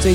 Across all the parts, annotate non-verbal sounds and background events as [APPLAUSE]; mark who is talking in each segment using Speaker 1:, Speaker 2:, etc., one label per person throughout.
Speaker 1: 最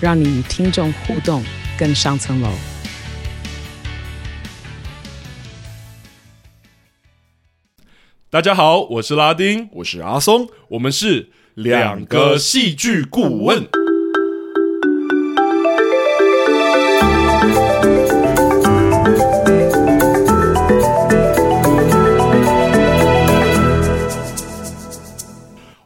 Speaker 1: 让你与听众互动更上层楼。
Speaker 2: 大家好，我是拉丁，
Speaker 3: 我是阿松，
Speaker 2: 我们是戏剧顾问。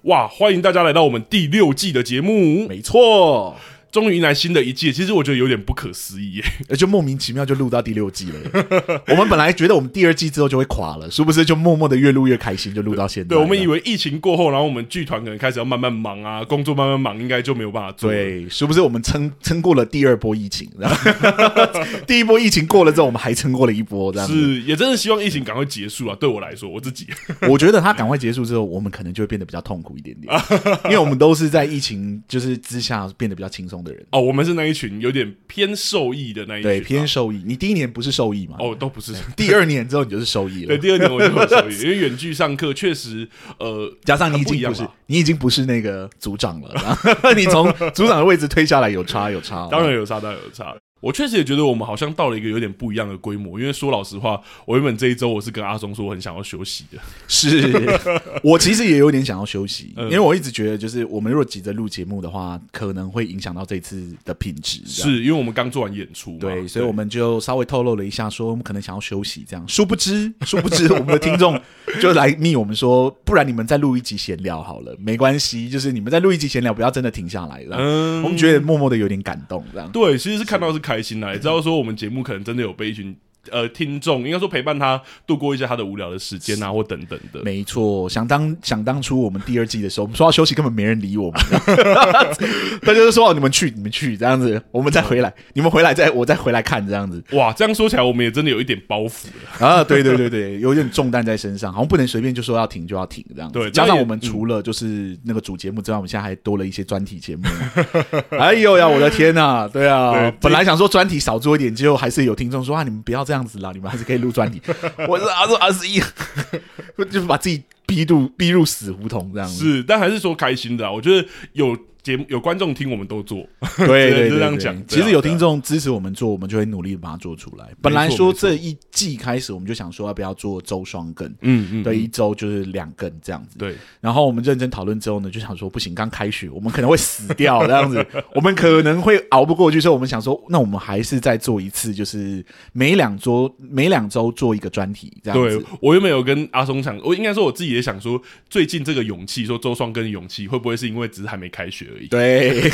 Speaker 2: 哇！欢迎大家来到我们第六季的节目，
Speaker 3: 没错，
Speaker 2: 终于迎来新的一季。其实我觉得有点不可思议耶，
Speaker 3: 呃就莫名其妙就录到第六季了。 [LAUGHS] 我们本来觉得我们第二季之后就会垮了，殊不知就默默的越录越开心，就录到现在
Speaker 2: 对
Speaker 3: 了。
Speaker 2: 我们以为疫情过后，然后我们剧团可能开始要慢慢忙啊，工作慢慢忙，应该就没有办法做。，
Speaker 3: 对，殊不知我们撑撑过了第二波疫情，然后 [LAUGHS] 第一波疫情过了之后，我们还撑过了一波，这样子。
Speaker 2: 是也真的希望疫情赶快结束啊！对我来说，我自己 [LAUGHS]
Speaker 3: 我觉得它赶快结束之后，我们可能就会变得比较痛苦一
Speaker 2: [LAUGHS]
Speaker 3: 点点，因为我们都是在疫情就是之下变得比较轻松的人。
Speaker 2: 哦，我们是那一群有点偏受益的那一群啊、
Speaker 3: 对，偏受益。你第一年不是受益嘛？
Speaker 2: 哦，都不是。
Speaker 3: 第二年之后你就是受益
Speaker 2: 对，
Speaker 3: 了。
Speaker 2: 第二点我就很受益， [LAUGHS] 因为远距上课确实，呃，
Speaker 3: 加上你已
Speaker 2: 很不一
Speaker 3: 经
Speaker 2: 样
Speaker 3: 不是
Speaker 2: 啦，
Speaker 3: 你已经不是那个组长了， [LAUGHS] 然后你从组长的位置推下来有差有差、哦
Speaker 2: 当然有差，当然有差。我确实也觉得我们好像到了一个有点不一样的规模，因为说老实话，我原本这一周我是跟阿松说我很想要休息的，
Speaker 3: 是我其实也有点想要休息，
Speaker 2: 嗯
Speaker 3: 因为我一直觉得就是我们如果急着录节目的话，可能会影响到这次的品质。这样
Speaker 2: 是因啊为我们刚做完演出嘛，
Speaker 3: 啊对，所以我们就稍微透露了一下，说我们可能想要休息，这样。殊不知，殊不知我们的听众 [LAUGHS] 就来密我们说，不然你们再录一集闲聊好了，没关系，就是你们再录一集闲聊，不要真的停下来。这样，
Speaker 2: 嗯
Speaker 3: 我们觉得默默的有点感动，这样。
Speaker 2: 对，其实是看到是开心的，也知道说我们节目可能真的有被一群呃听众，应该说陪伴他度过一些他的无聊的时间啊，或等等的。
Speaker 3: 没错，想当想当初我们第二季的时候，我们说要休息，根本没人理我们，大家就说哦，你们去，你们去这样子，我们再回来，你们回来再我再回来看这样子
Speaker 2: 哇，这样说起来，我们也真的有一点包袱了。
Speaker 3: [LAUGHS] 啊，对对对对，有点重担在身上，好像不能随便就说要停就要停这样子。
Speaker 2: 对
Speaker 3: 加
Speaker 2: 那
Speaker 3: 上
Speaker 2: 也嗯
Speaker 3: 我们除了就是那个主节目之外，我们现在还多了一些专题节目。 [LAUGHS] 哎呦呀，我的天呐、对啊，
Speaker 2: 对
Speaker 3: 本来想说专题少做一点，结果还是有听众说啊，你们不要这样子啦，你们还是可以录专题。 [LAUGHS] 我是啊，说二十一， [LAUGHS] 就是把自己逼入逼入死胡同这样子。
Speaker 2: 是，但还是说开心的啊。我觉得有节目有观众听，我们都做。只能
Speaker 3: 对对
Speaker 2: 这
Speaker 3: 对
Speaker 2: 样
Speaker 3: 对
Speaker 2: 讲对啊
Speaker 3: 其实有听众支持我们做，我们就会努力把它做出来。本来说这一季开始，我们就想说要不要做周双更，
Speaker 2: 嗯嗯，
Speaker 3: 对，一周就是两更这样子。
Speaker 2: 对，
Speaker 3: 然后我们认真讨论之后呢，就想说不行，刚开学，我们可能会死掉这样子，我们可能会熬不过去，所以我们想说，那我们还是再做一次，就是每两周每两周做一个专题这样
Speaker 2: 对
Speaker 3: 子。
Speaker 2: 我原本有跟阿松想，我应该说我自己也想说，最近这个勇气，说周双跟勇气，会不会是因为只是还没开学而已？
Speaker 3: 对，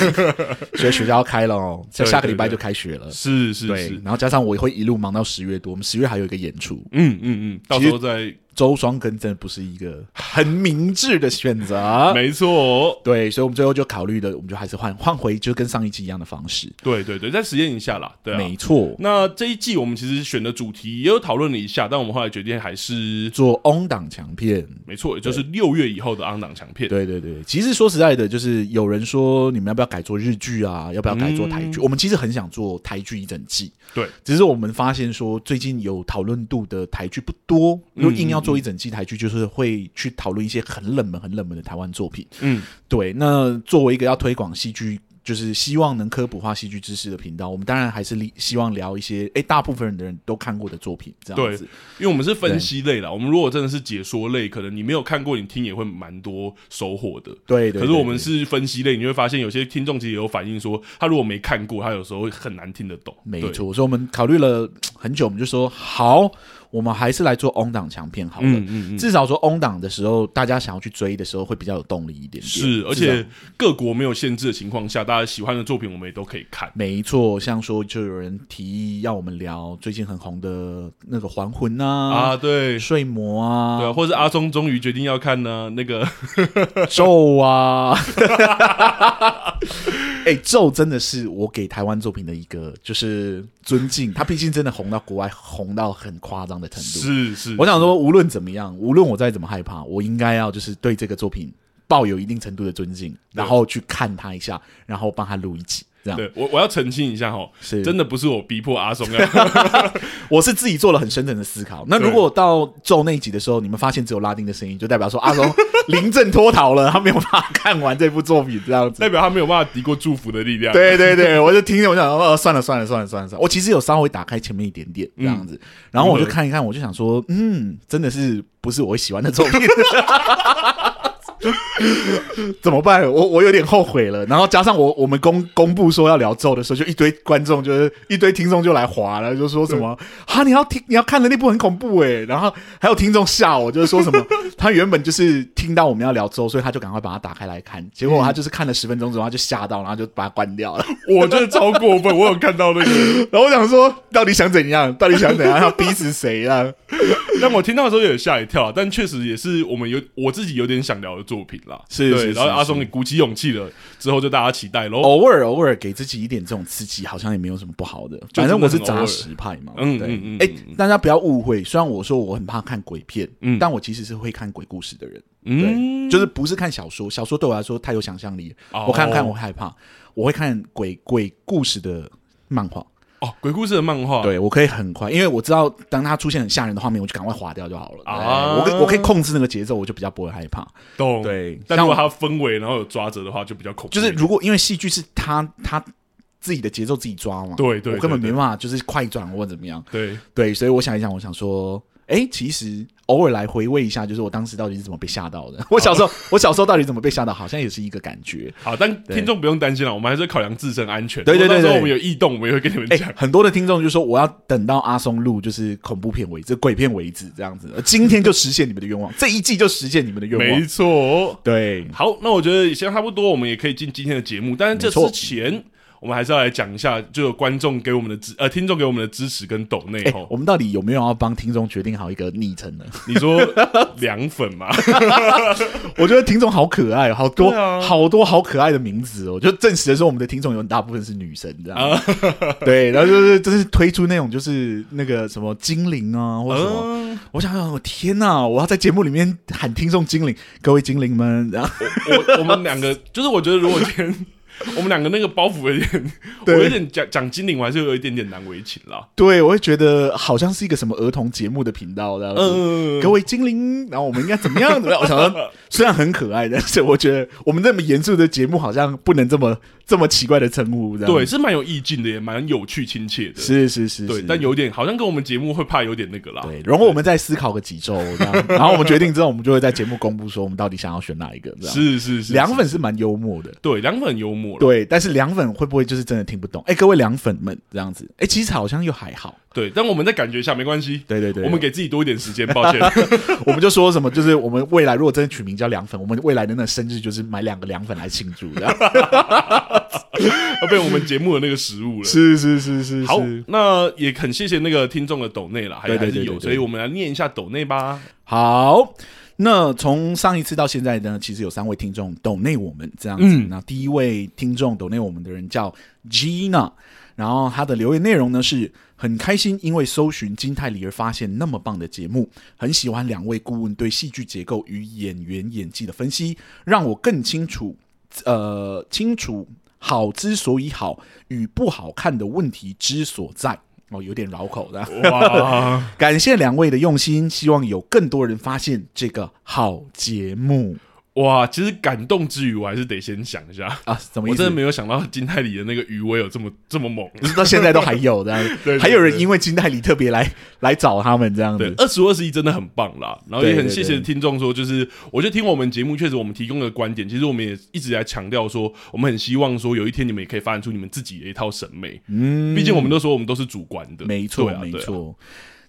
Speaker 3: 所以学校要开了哦，在
Speaker 2: 对
Speaker 3: 下个礼拜
Speaker 2: 对
Speaker 3: 就开学了。
Speaker 2: 是是
Speaker 3: 对，
Speaker 2: 是，
Speaker 3: 然后加上我会一路忙到十月多，我们十月还有一个演出，
Speaker 2: 嗯嗯嗯，到时候再，
Speaker 3: 周双更真的不是一个很明智的选择。
Speaker 2: 没错，
Speaker 3: 对，所以我们最后就考虑的，我们就还是换换回就跟上一期一样的方式。
Speaker 2: 对对对，再实验一下啦，对啊。
Speaker 3: 没错，
Speaker 2: 那这一季我们其实选的主题也有讨论了一下，但我们后来决定还是
Speaker 3: 做 on 档强片。
Speaker 2: 没错，也就是六月以后的 on 档强片。
Speaker 3: 对对对，其实说实在的，就是有人说你们要不要改做日剧啊？要不要改做台剧？我们其实很想做台剧一整季，
Speaker 2: 嗯对，
Speaker 3: 只是我们发现说最近有讨论度的台剧不多，
Speaker 2: 嗯
Speaker 3: 如果硬要做一整季台剧，就是会去讨论一些很冷门、很冷门的台湾作品。
Speaker 2: 嗯，
Speaker 3: 对，那作为一个要推广戏剧，就是希望能科普化戏剧知识的频道，我们当然还是li- 希望聊一些诶，大部分人的人都看过的作品，这样子。
Speaker 2: 因为我们是分析类啦，我们如果真的是解说类，可能你没有看过，你听也会蛮多收获的。
Speaker 3: 对对
Speaker 2: 可是我们
Speaker 3: 对
Speaker 2: 是分析类，你会发现有些听众其实有反映说，他如果没看过，他有时候很难听得懂。
Speaker 3: 没
Speaker 2: 对，
Speaker 3: 错，所以我们考虑了很久，我们就说好，我们还是来做 on 档强片好了。
Speaker 2: 嗯嗯嗯，
Speaker 3: 至少说 on 档的时候，大家想要去追的时候会比较有动力一点点。
Speaker 2: 是，而
Speaker 3: 至
Speaker 2: 且
Speaker 3: 少
Speaker 2: 各国没有限制的情况下，大家喜欢的作品我们也都可以看。
Speaker 3: 没错，像说就有人提议要我们聊最近很红的那个《还魂》啊，
Speaker 2: 啊，对，
Speaker 3: 睡魔啊，
Speaker 2: 对啊，或是阿
Speaker 3: [LAUGHS]
Speaker 2: 松终于决定要看呢那个
Speaker 3: 咒啊， [LAUGHS] 哎，咒真的是我给台湾作品的一个就是尊敬，他毕竟真的红到国外，红到很夸张的程度。
Speaker 2: 是是，
Speaker 3: 我想说，无论怎么样，无论我再怎么害怕，我应该要就是对这个作品抱有一定程度的尊敬，然后去看他一下，然后帮他录一集。这样，
Speaker 2: 对我我要澄清一下哈，
Speaker 3: 是
Speaker 2: 真的不是我逼迫阿松
Speaker 3: [LAUGHS]
Speaker 2: 啊，
Speaker 3: 我是自己做了很深层的思考。那如果到咒那一集的时候，你们发现只有拉丁的声音，就代表说阿松临阵脱逃了，他没有办法看完这部作品这样子。
Speaker 2: 代表他没有办法敌过祝福的力量。，
Speaker 3: 对对对，我就听着，我想说，呃，算了算了算了算了算了。我其实有稍微打开前面一点点这样子，然后我就看一看，我就想说，嗯，真的是不是我会喜欢的作品？怎么办？我我有点后悔了。然后加上我我们公公布说要聊咒的时候，就一堆观众就是一堆听众就来划了，就说什么啊你要听你要看的那部很恐怖诶、然后还有听众笑我，就是说什么他原本就是听到我们要聊咒，所以他就赶快把它打开来看，结果他就是看了十分钟之后他就吓到，然后就把它关掉了。
Speaker 2: 我真的超过分，我有看到那个，
Speaker 3: 然后我想说，到底想怎样？到底想怎样？要逼死谁啊？
Speaker 2: [LAUGHS] 但我听到的时候也吓一跳，但确实也是我们有我自己有点想聊的作品啦。
Speaker 3: 是
Speaker 2: 对
Speaker 3: 是是
Speaker 2: 然后阿松
Speaker 3: 是哦
Speaker 2: 你鼓起勇气了之后，就大家期待喽。
Speaker 3: [LAUGHS] 偶尔偶尔给自己一点这种刺激，好像也没有什么不好的。
Speaker 2: 就真的
Speaker 3: 反正
Speaker 2: 很
Speaker 3: 我是杂食派嘛。
Speaker 2: 偶尔嗯
Speaker 3: 对
Speaker 2: 嗯嗯
Speaker 3: 哎、
Speaker 2: 嗯
Speaker 3: 大家不要误会，虽然我说我很怕看鬼片，
Speaker 2: 嗯
Speaker 3: 但我其实是会看鬼故事的人。
Speaker 2: 嗯，
Speaker 3: 就是不是看小说，小说对我来说太有想象力了，
Speaker 2: 哦
Speaker 3: 我看看我害怕。我会看鬼鬼故事的漫画，
Speaker 2: 哦，鬼故事的漫画，，
Speaker 3: 对我可以很快，因为我知道当它出现很吓人的画面，我就赶快划掉就好了。对
Speaker 2: 啊
Speaker 3: 我可以我可以控制那个节奏，我就比较不会害怕。
Speaker 2: 懂。
Speaker 3: 对
Speaker 2: 但如
Speaker 3: 像
Speaker 2: 果
Speaker 3: 我
Speaker 2: 它氛围然后有抓着的话，就比较恐怖
Speaker 3: 就
Speaker 2: 一
Speaker 3: 是
Speaker 2: 点。
Speaker 3: 如果因为戏剧是他他自己的节奏自己抓嘛，
Speaker 2: 对对
Speaker 3: 我根本
Speaker 2: 对
Speaker 3: 没办法就是快转或者怎么样，
Speaker 2: 对，
Speaker 3: 对，所以我想一想，我想说，哎，其实偶尔来回味一下，就是我当时到底是怎么被吓到的。 [LAUGHS] 我小时候，我小时候到底怎么被吓到，好像也是一个感
Speaker 2: [LAUGHS]
Speaker 3: 觉。
Speaker 2: 好，但听众不用担心了，我们还是考量自身安全。
Speaker 3: 对对
Speaker 2: 如果
Speaker 3: 对
Speaker 2: 到时候
Speaker 3: 对
Speaker 2: 我们有异动，我们也会跟你们
Speaker 3: 哎
Speaker 2: 讲，。
Speaker 3: 很多的听众就说我要等到阿松录就是恐怖片为止，鬼片为止这样子，而今天就实现你们的愿望，这一季就实现你们的愿
Speaker 2: 没
Speaker 3: 望。
Speaker 2: 错，
Speaker 3: 对，
Speaker 2: 好，那我觉得现在差不多，我们也可以进今天的节目。但是这之前，我们还是要来讲一下，就有观众给我们的支呃，听众给我们的支持跟抖内
Speaker 3: 哎、
Speaker 2: 吼。
Speaker 3: 我们到底有没有要帮听众决定好一个昵称呢？
Speaker 2: 你说凉粉嘛？
Speaker 3: 我觉得听众好可爱，哦好多、
Speaker 2: 对啊
Speaker 3: 好多好可爱的名字哦。就证实的时候，我们的听众有很大部分是女生，这样、
Speaker 2: 啊
Speaker 3: [LAUGHS] 对。然后就是就是推出那种就是那个什么精灵啊，或者什么。
Speaker 2: 嗯，
Speaker 3: 我想想，我天哪！我要在节目里面喊听众精灵，各位精灵们，然后
Speaker 2: [LAUGHS] 我我们两个就是，我觉得如果今天我们两个那个包袱有点，我有点讲讲精灵，我还是有一点点难为情啦。
Speaker 3: [LAUGHS] 对我会觉得好像是一个什么儿童节目的频道这样子。
Speaker 2: 嗯，
Speaker 3: 各位精灵，然后我们应该怎么样？怎 [LAUGHS] 么样？我想说，虽然很可爱，但是我觉得我们这么严肃的节目好像不能这么这么奇怪的称呼，这样
Speaker 2: 对，，是蛮有意境的，也蛮有趣亲切的。
Speaker 3: 是是是，
Speaker 2: 对
Speaker 3: 是，
Speaker 2: 但有点好像跟我们节目会怕有点那个啦。
Speaker 3: 对，容后我们再思考个几周，这样，然后我们决定之后，我们就会在节目公布说我们到底想要选哪一个。这样，
Speaker 2: 是是是，
Speaker 3: 啊凉
Speaker 2: 是
Speaker 3: 粉是蛮幽默的，
Speaker 2: 对凉粉幽默啦
Speaker 3: 对，但是凉粉会不会就是真的听不懂？哎，各位凉粉们，这样子，哎，其实好像又还好。
Speaker 2: 对，但我们再感觉一下，没关系。
Speaker 3: 对对对，
Speaker 2: 我们给自己多一点时间，抱
Speaker 3: [LAUGHS]
Speaker 2: 歉。
Speaker 3: 我们就说什么，就是我们未来如果真的取名叫凉粉，我们未来的那生日就是买两个凉粉来庆祝这样。
Speaker 2: 要被我们节目的那个食物了。
Speaker 3: 是是是是
Speaker 2: 好
Speaker 3: 是，，
Speaker 2: 那也很谢谢那个听众的抖内了，还
Speaker 3: 对对
Speaker 2: 还是
Speaker 3: 对
Speaker 2: 有，
Speaker 3: 对对
Speaker 2: 所以我们来念一下抖内
Speaker 3: [LAUGHS]
Speaker 2: 吧。
Speaker 3: 好。那从上一次到现在呢，其实有三位听众抖内我们这样子。
Speaker 2: 嗯
Speaker 3: 那第一位听众抖内我们的人叫 Gina，然后他的留言内容呢是很开心，因为搜寻金泰梨而发现那么棒的节目，很喜欢两位顾问对戏剧结构与演员演技的分析，让我更清楚，呃，清楚好之所以好与不好看的问题之所在。哦，有点绕口的。
Speaker 2: 哇，
Speaker 3: 感谢两位的用心，希望有更多人发现这个好节目
Speaker 2: 哇，其实感动之余，我还是得先想一下。
Speaker 3: 啊！怎么
Speaker 2: 我
Speaker 3: 意
Speaker 2: 真的
Speaker 3: 思？
Speaker 2: 没有想到金泰里的那个鱼尾有这么这么猛。
Speaker 3: 到现在都还有的，
Speaker 2: 对对
Speaker 3: 还有人因为金泰里特别来来找他们这样
Speaker 2: 对
Speaker 3: 子，。
Speaker 2: 二十五二十一真的很棒啦，然后也
Speaker 3: 对
Speaker 2: 很
Speaker 3: 对
Speaker 2: 谢谢
Speaker 3: 对
Speaker 2: 听众说，就是我觉得听我们节目，确实我们提供的观点，其实我们也一直在强调说，我们很希望说有一天你们也可以发展出你们自己的一套审美。
Speaker 3: 嗯
Speaker 2: 毕竟我们都说我们都是主观的，
Speaker 3: 没错，
Speaker 2: 对啊
Speaker 3: 没。
Speaker 2: 对啊
Speaker 3: 错。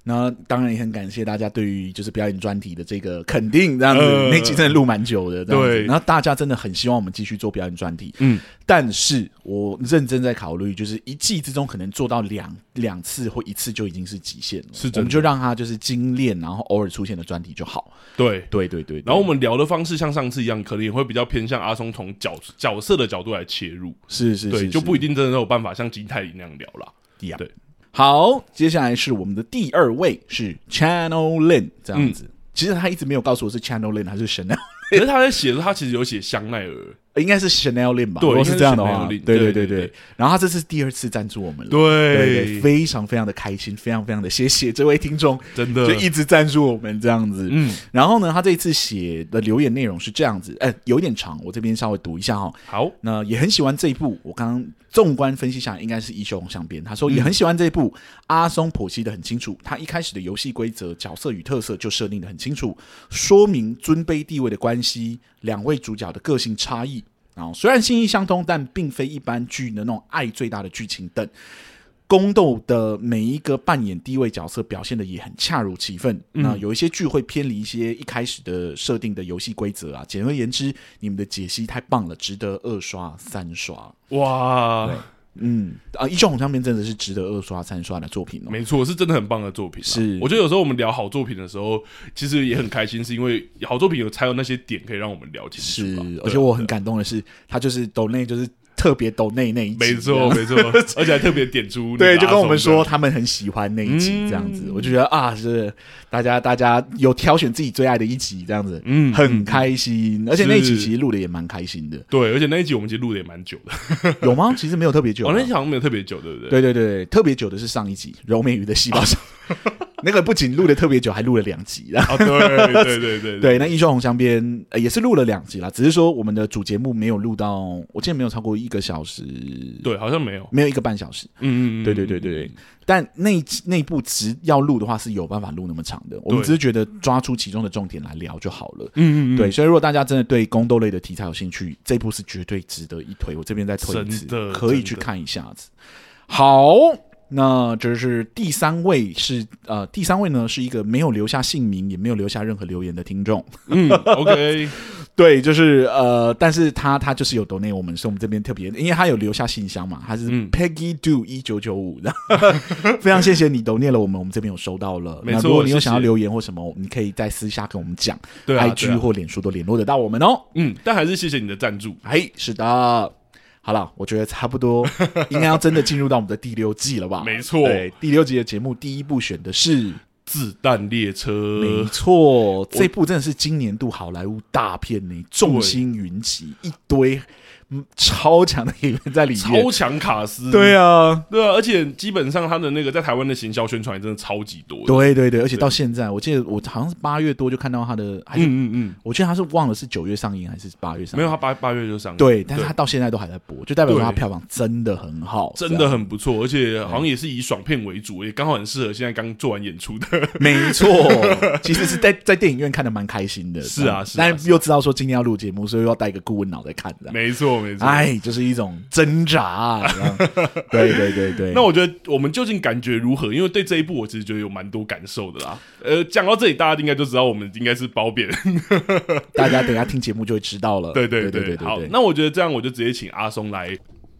Speaker 3: 然后当然也很感谢大家对于就是表演专题的这个肯定，这样子、
Speaker 2: 呃
Speaker 3: 那集真的录蛮久的，这样子
Speaker 2: 对
Speaker 3: 然后大家真的很希望我们继续做表演专题，
Speaker 2: 嗯，
Speaker 3: 但是我认真在考虑，就是一季之中可能做到两两次或一次就已经是极限了，
Speaker 2: 是真的
Speaker 3: 我们就让它就是精炼，然后偶尔出现的专题就好。
Speaker 2: 对。
Speaker 3: 对对对对
Speaker 2: 然后我们聊的方式像上次一样，可能也会比较偏向阿松从角角色的角度来切入，
Speaker 3: 是是
Speaker 2: 对，
Speaker 3: 是
Speaker 2: 就不一
Speaker 3: 定
Speaker 2: 定真的有办法像金泰梨那样聊啦。
Speaker 3: 一样。
Speaker 2: 对，
Speaker 3: 好，接下来是我们的第二位是 Channel Lin 这样子。其实他一直没有告诉我是 Channel Lin 还是 Chanel，
Speaker 2: [LAUGHS] 可是他在写的时候，他其实有写香奈儿，
Speaker 3: 应该是 Chanel Lin 吧？
Speaker 2: 对
Speaker 3: 如果是这样的
Speaker 2: 应
Speaker 3: 话，
Speaker 2: 该是
Speaker 3: 对
Speaker 2: Chanel Lin，
Speaker 3: 对
Speaker 2: 对
Speaker 3: 对
Speaker 2: 对
Speaker 3: 对。然后他这是第二次赞助我们了，对对，
Speaker 2: 对，
Speaker 3: 非常非常的开心，非常非常的谢谢这位听众，
Speaker 2: 真的
Speaker 3: 就，一直赞助我们这样子。
Speaker 2: 嗯，
Speaker 3: 然后呢，他这一次写的留言内容是这样子，哎、有点长，我这边稍微读一下哈。
Speaker 2: 好，
Speaker 3: 那也很喜欢这一部，我刚刚纵观分析下来，应该是一休红相边。他说也很喜欢这一部，阿松剖析的很清楚，他一开始的游戏规则、角色与特色就设定的很清楚，说明尊卑地位的关系，两位主角的个性差异。啊、虽然心意相通，但并非一般剧的那种爱最大的剧情等。宫斗的每一个扮演低位角色表现的也很恰如其分。
Speaker 2: 嗯
Speaker 3: 那有一些剧会偏离一些一开始的设定的游戏规则啊。简而言之，你们的解析太棒了，值得二刷三刷。啊
Speaker 2: 哇，
Speaker 3: 嗯啊，《一休红香片》真的是值得二刷三刷的作品哦。
Speaker 2: 没错，是真的很棒的作品啊。
Speaker 3: 是
Speaker 2: 我觉得有时候我们聊好作品的时候，其实也很开心，是因为好作品有才有那些点可以让我们聊清
Speaker 3: 是
Speaker 2: 楚吧。啊对，
Speaker 3: 而且我很感动的是，他就是抖内就是特别抖内那一集，
Speaker 2: 没错，没错，
Speaker 3: [LAUGHS]
Speaker 2: 而且还特别点出那个
Speaker 3: 对，就
Speaker 2: 阿
Speaker 3: 跟我们
Speaker 2: 松
Speaker 3: 说他们很喜欢那一集这样子，
Speaker 2: 嗯
Speaker 3: 我就觉得啊，是大家大家有挑选自己最爱的一集这样子，
Speaker 2: 嗯
Speaker 3: 很开心。而且那一集
Speaker 2: 是
Speaker 3: 其实录的也蛮开心
Speaker 2: [LAUGHS]
Speaker 3: 的，
Speaker 2: 对，而且那一集我们其实录的也蛮久的，
Speaker 3: 有吗？其实没有特别久
Speaker 2: 我
Speaker 3: 啊、
Speaker 2: 哦那一集好像没有特别久，对不对？
Speaker 3: 对对对，特别久的是上一集柔美鱼的细
Speaker 2: [LAUGHS]
Speaker 3: 胞上， [LAUGHS] 那个不仅录的特别久，还录了两集啦。
Speaker 2: 啊，对对对对
Speaker 3: 对，那《一双红香边》呃也是录了两集啦，只是说我们的主节目没有录到，我记得没有超过一个小时，
Speaker 2: 对，好像没有，
Speaker 3: 没有一个半小时。
Speaker 2: 嗯嗯，嗯
Speaker 3: 对对对对，对，但那一集那一部只要录的话是有办法录那么长的，我们
Speaker 2: 对
Speaker 3: 只是觉得抓出其中的重点来聊就好了。
Speaker 2: 嗯嗯嗯，
Speaker 3: 对，所以如果大家真的对宫斗类的题材有兴趣，这部是绝对值得一推。我这边再推一次
Speaker 2: 真的，
Speaker 3: 可以去
Speaker 2: 真的
Speaker 3: 看一下子。好，那这是第三位是呃，第三位呢是一个没有留下姓名，也没有留下任何留言的听众。
Speaker 2: 嗯，OK，
Speaker 3: 对，就是呃，但是他他就是有 donate 我们，是我们这边特别，因为他有留下信箱嘛，他是
Speaker 2: 嗯
Speaker 3: Peggy Do 一九九五，然后 [LAUGHS] 非常谢谢你 donate 了我们，我们这边有收到了。
Speaker 2: 没
Speaker 3: 那
Speaker 2: 错
Speaker 3: 如果你有
Speaker 2: 谢谢
Speaker 3: 想要留言或什么，你可以在私下跟我们讲、
Speaker 2: 对啊
Speaker 3: i g
Speaker 2: 对啊
Speaker 3: 或脸书都联络得到我们哦。
Speaker 2: 嗯，但还是谢谢你的赞助，
Speaker 3: 哎，是的。好了，我觉得差
Speaker 2: [LAUGHS]
Speaker 3: 不多应该要真的进入到我们的第六季了吧？
Speaker 2: 没错
Speaker 3: 对，第六季的节目第一部选的是，
Speaker 2: 子弹列
Speaker 3: 没
Speaker 2: 车，
Speaker 3: 错，这部真的是今年度好莱坞大片呢、众星云集，一堆嗯超强的演员在里面。
Speaker 2: 超强卡斯，
Speaker 3: 对啊，
Speaker 2: 对啊，而且基本上他的那个在台湾的行销宣传也真的超级多的，嗯
Speaker 3: 对对对，而且到现在，我记得我好像是八月多就看到他的，还是、
Speaker 2: 嗯嗯嗯，
Speaker 3: 我记得他是忘了是九月上映还是八月上映，
Speaker 2: 没有，他八八月就上，
Speaker 3: 对，但是他到现在都还在播，就代表说他
Speaker 2: 对
Speaker 3: 票房真的很好，
Speaker 2: 真
Speaker 3: 这
Speaker 2: 的
Speaker 3: 样
Speaker 2: 很不错，而且
Speaker 3: 哎
Speaker 2: 好像也是以爽片为主，也刚好很适合现在刚做完演出的。 [LAUGHS]
Speaker 3: [LAUGHS] 没错，其实是在在电影院看的蛮开心的，
Speaker 2: 是啊
Speaker 3: 这样
Speaker 2: 是啊
Speaker 3: 但
Speaker 2: 是
Speaker 3: 又知道说今天要录节目，所以又要带一个顾问脑在看的，
Speaker 2: 没错，没错。
Speaker 3: 哎，就是一种挣扎、啊，这样 [LAUGHS] 对对对对，
Speaker 2: 那我觉得我们究竟感觉如何？因为对这一部，我其实觉得有蛮多感受的啦。呃，讲到这里，大家应该就知道我们应该是褒
Speaker 3: [LAUGHS]
Speaker 2: 贬。
Speaker 3: 大家等一下听节目就会知道了。
Speaker 2: 对
Speaker 3: 对
Speaker 2: 对
Speaker 3: 对对
Speaker 2: 好
Speaker 3: 对，，
Speaker 2: 那我觉得这样，我就直接请阿松来。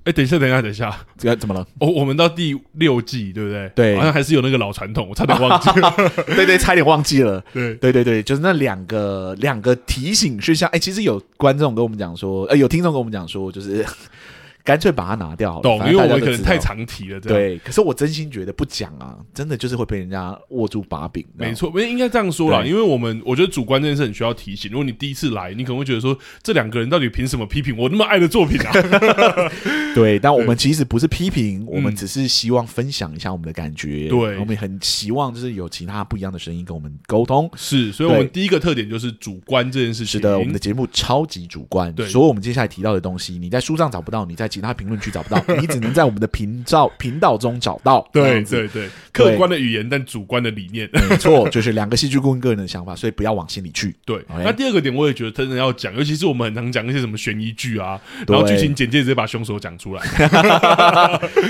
Speaker 2: 哎，等一下，等一下，等一下！
Speaker 3: 这个怎么了？
Speaker 2: 哦，我们到第六季，对不对？
Speaker 3: 对
Speaker 2: 好像还是有那个老传统，我差点忘记 [LAUGHS] 了。
Speaker 3: 对对，差点忘记了。
Speaker 2: 对，
Speaker 3: 对对对，就是那两个两个提醒事项。哎，其实有观众跟我们讲说，呃，有听众跟我们讲说，就是 [LAUGHS] 干脆把它拿掉好了，
Speaker 2: 懂，
Speaker 3: 哦反
Speaker 2: 因为
Speaker 3: 正
Speaker 2: 我
Speaker 3: 大家
Speaker 2: 们
Speaker 3: 都
Speaker 2: 可能
Speaker 3: 知
Speaker 2: 太
Speaker 3: 道。
Speaker 2: 常提了，这样。
Speaker 3: 对，可是我真心觉得不讲啊，真的就是会被人家握住把柄。这样
Speaker 2: 没，错，没应该这样说啦，
Speaker 3: 对
Speaker 2: 因为我们我觉得主观这件事很需要提醒。如果你第一次来，你可能会觉得说，这两个人到底凭什么批评我那么爱的作
Speaker 3: [LAUGHS]
Speaker 2: 品啊？
Speaker 3: 对，但我们其实不是批评，我们
Speaker 2: 嗯
Speaker 3: 只是希望分享一下我们的感觉。
Speaker 2: 对
Speaker 3: 我们也很希望就是有其他不一样的声音跟我们沟通。
Speaker 2: 是，所以我们
Speaker 3: 对
Speaker 2: 第一个特点就是主观这件事情。嗯
Speaker 3: 是的，我们的节目超级主观，
Speaker 2: 对
Speaker 3: 所以我们接下来提到的东西，你在书上找不到，你在其他评论区找不到，
Speaker 2: [LAUGHS]
Speaker 3: 你只能在我们的频道频道中找到。这
Speaker 2: 对
Speaker 3: 样子
Speaker 2: 对对，客观的语言，但主观的理
Speaker 3: [LAUGHS]
Speaker 2: 念。
Speaker 3: 没错，就是两个戏剧顾问个人的想法，所以不要往心里去。
Speaker 2: 对，
Speaker 3: 哎
Speaker 2: 那第二个点我也觉得真的要讲，尤其是我们很常讲一些什么悬疑剧啊，
Speaker 3: 对
Speaker 2: 然后剧情简介直接把凶手讲出
Speaker 3: [LAUGHS]
Speaker 2: 来，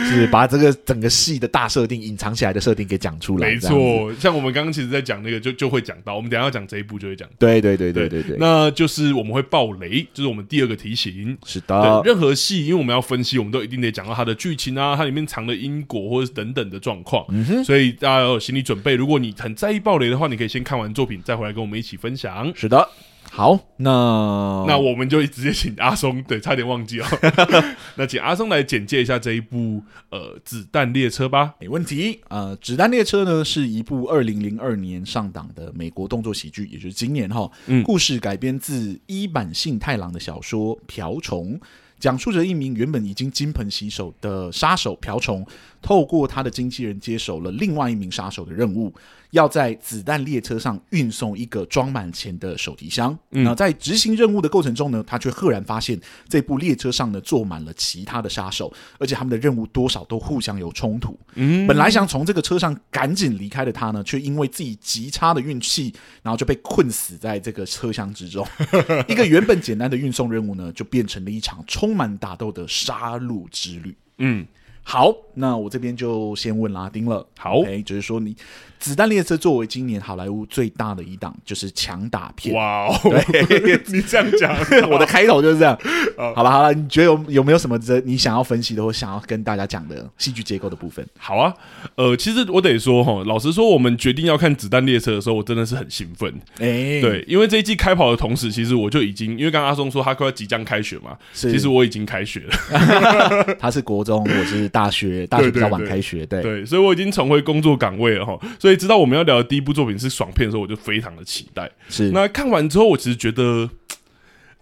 Speaker 3: 是把这个整个戏的大设定隐藏起来的设定给讲出来。
Speaker 2: 没
Speaker 3: 这样子，
Speaker 2: 错。像我们刚刚其实在讲那个就就会讲到，我们等一下要讲这一部就会讲，
Speaker 3: 对对对对对对，
Speaker 2: 那就是我们会爆雷，就是我们第二个提醒。
Speaker 3: 是
Speaker 2: 对
Speaker 3: 的，
Speaker 2: 任何戏，因为我们要分析，我们都一定得讲到它的剧情啊，它里面藏的因果或者是等等的状况，
Speaker 3: 嗯
Speaker 2: 所以大家要有心理准备。如果你很在意暴雷的话，你可以先看完作品再回来跟我们一起分享。
Speaker 3: 是的。好，那
Speaker 2: 那我们就直接请阿松，对，差点忘
Speaker 3: [LAUGHS]
Speaker 2: 记哦。那请阿松来简介一下这一部呃《子弹列车》吧。
Speaker 3: 没问题。呃，《子弹列车呢》是一部二零零二年上档的美国动作喜剧，也就是今年哈。
Speaker 2: 嗯
Speaker 3: 故事改编自伊坂幸太郎的小说《瓢虫》，讲述着一名原本已经金盆洗手的杀手瓢虫，透过他的经纪人接手了另外一名杀手的任务，要在子弹列车上运送一个装满钱的手提箱。那在执行任务的过程中呢，他却赫然发现这部列车上呢坐满了其他的杀手，而且他们的任务多少都互相有冲突。本来想从这个车上赶紧离开的他呢，却因为自己极差的运气，然后就被困死在这个车厢之中。 [LAUGHS] 一个原本简单的运送任务呢，就变成了一场充满打斗的杀戮之旅。
Speaker 2: 嗯，
Speaker 3: 好，那我这边就先问拉丁了。
Speaker 2: 好
Speaker 3: 哎，就是说你《子弹列车》作为今年好莱坞最大的一档，就是强打片。
Speaker 2: 哇哦， [LAUGHS] 你这样讲，
Speaker 3: [LAUGHS] 我的开头就
Speaker 2: [LAUGHS]
Speaker 3: 是这样。好了好了，你觉得有有没有什么这你想要分析的或想要跟大家讲的戏剧结构的部分？
Speaker 2: 好啊，呃，其实我得说哈，老实说，我们决定要看《子弹列车》的时候，我真的是很兴奋。
Speaker 3: 哎，
Speaker 2: 对，因为这一季开跑的同时，其实我就已经，因为刚刚阿松说他快要即将开学嘛，
Speaker 3: 是
Speaker 2: 其实我已经开学了，
Speaker 3: 他是国中，我是大学，大学比较晚开学，对
Speaker 2: 对，所以我已经重回工作岗位了哈。所以知道我们要聊的第一部作品是爽片的时候，我就非常的期待。
Speaker 3: 是
Speaker 2: 那看完之后，我其实觉得，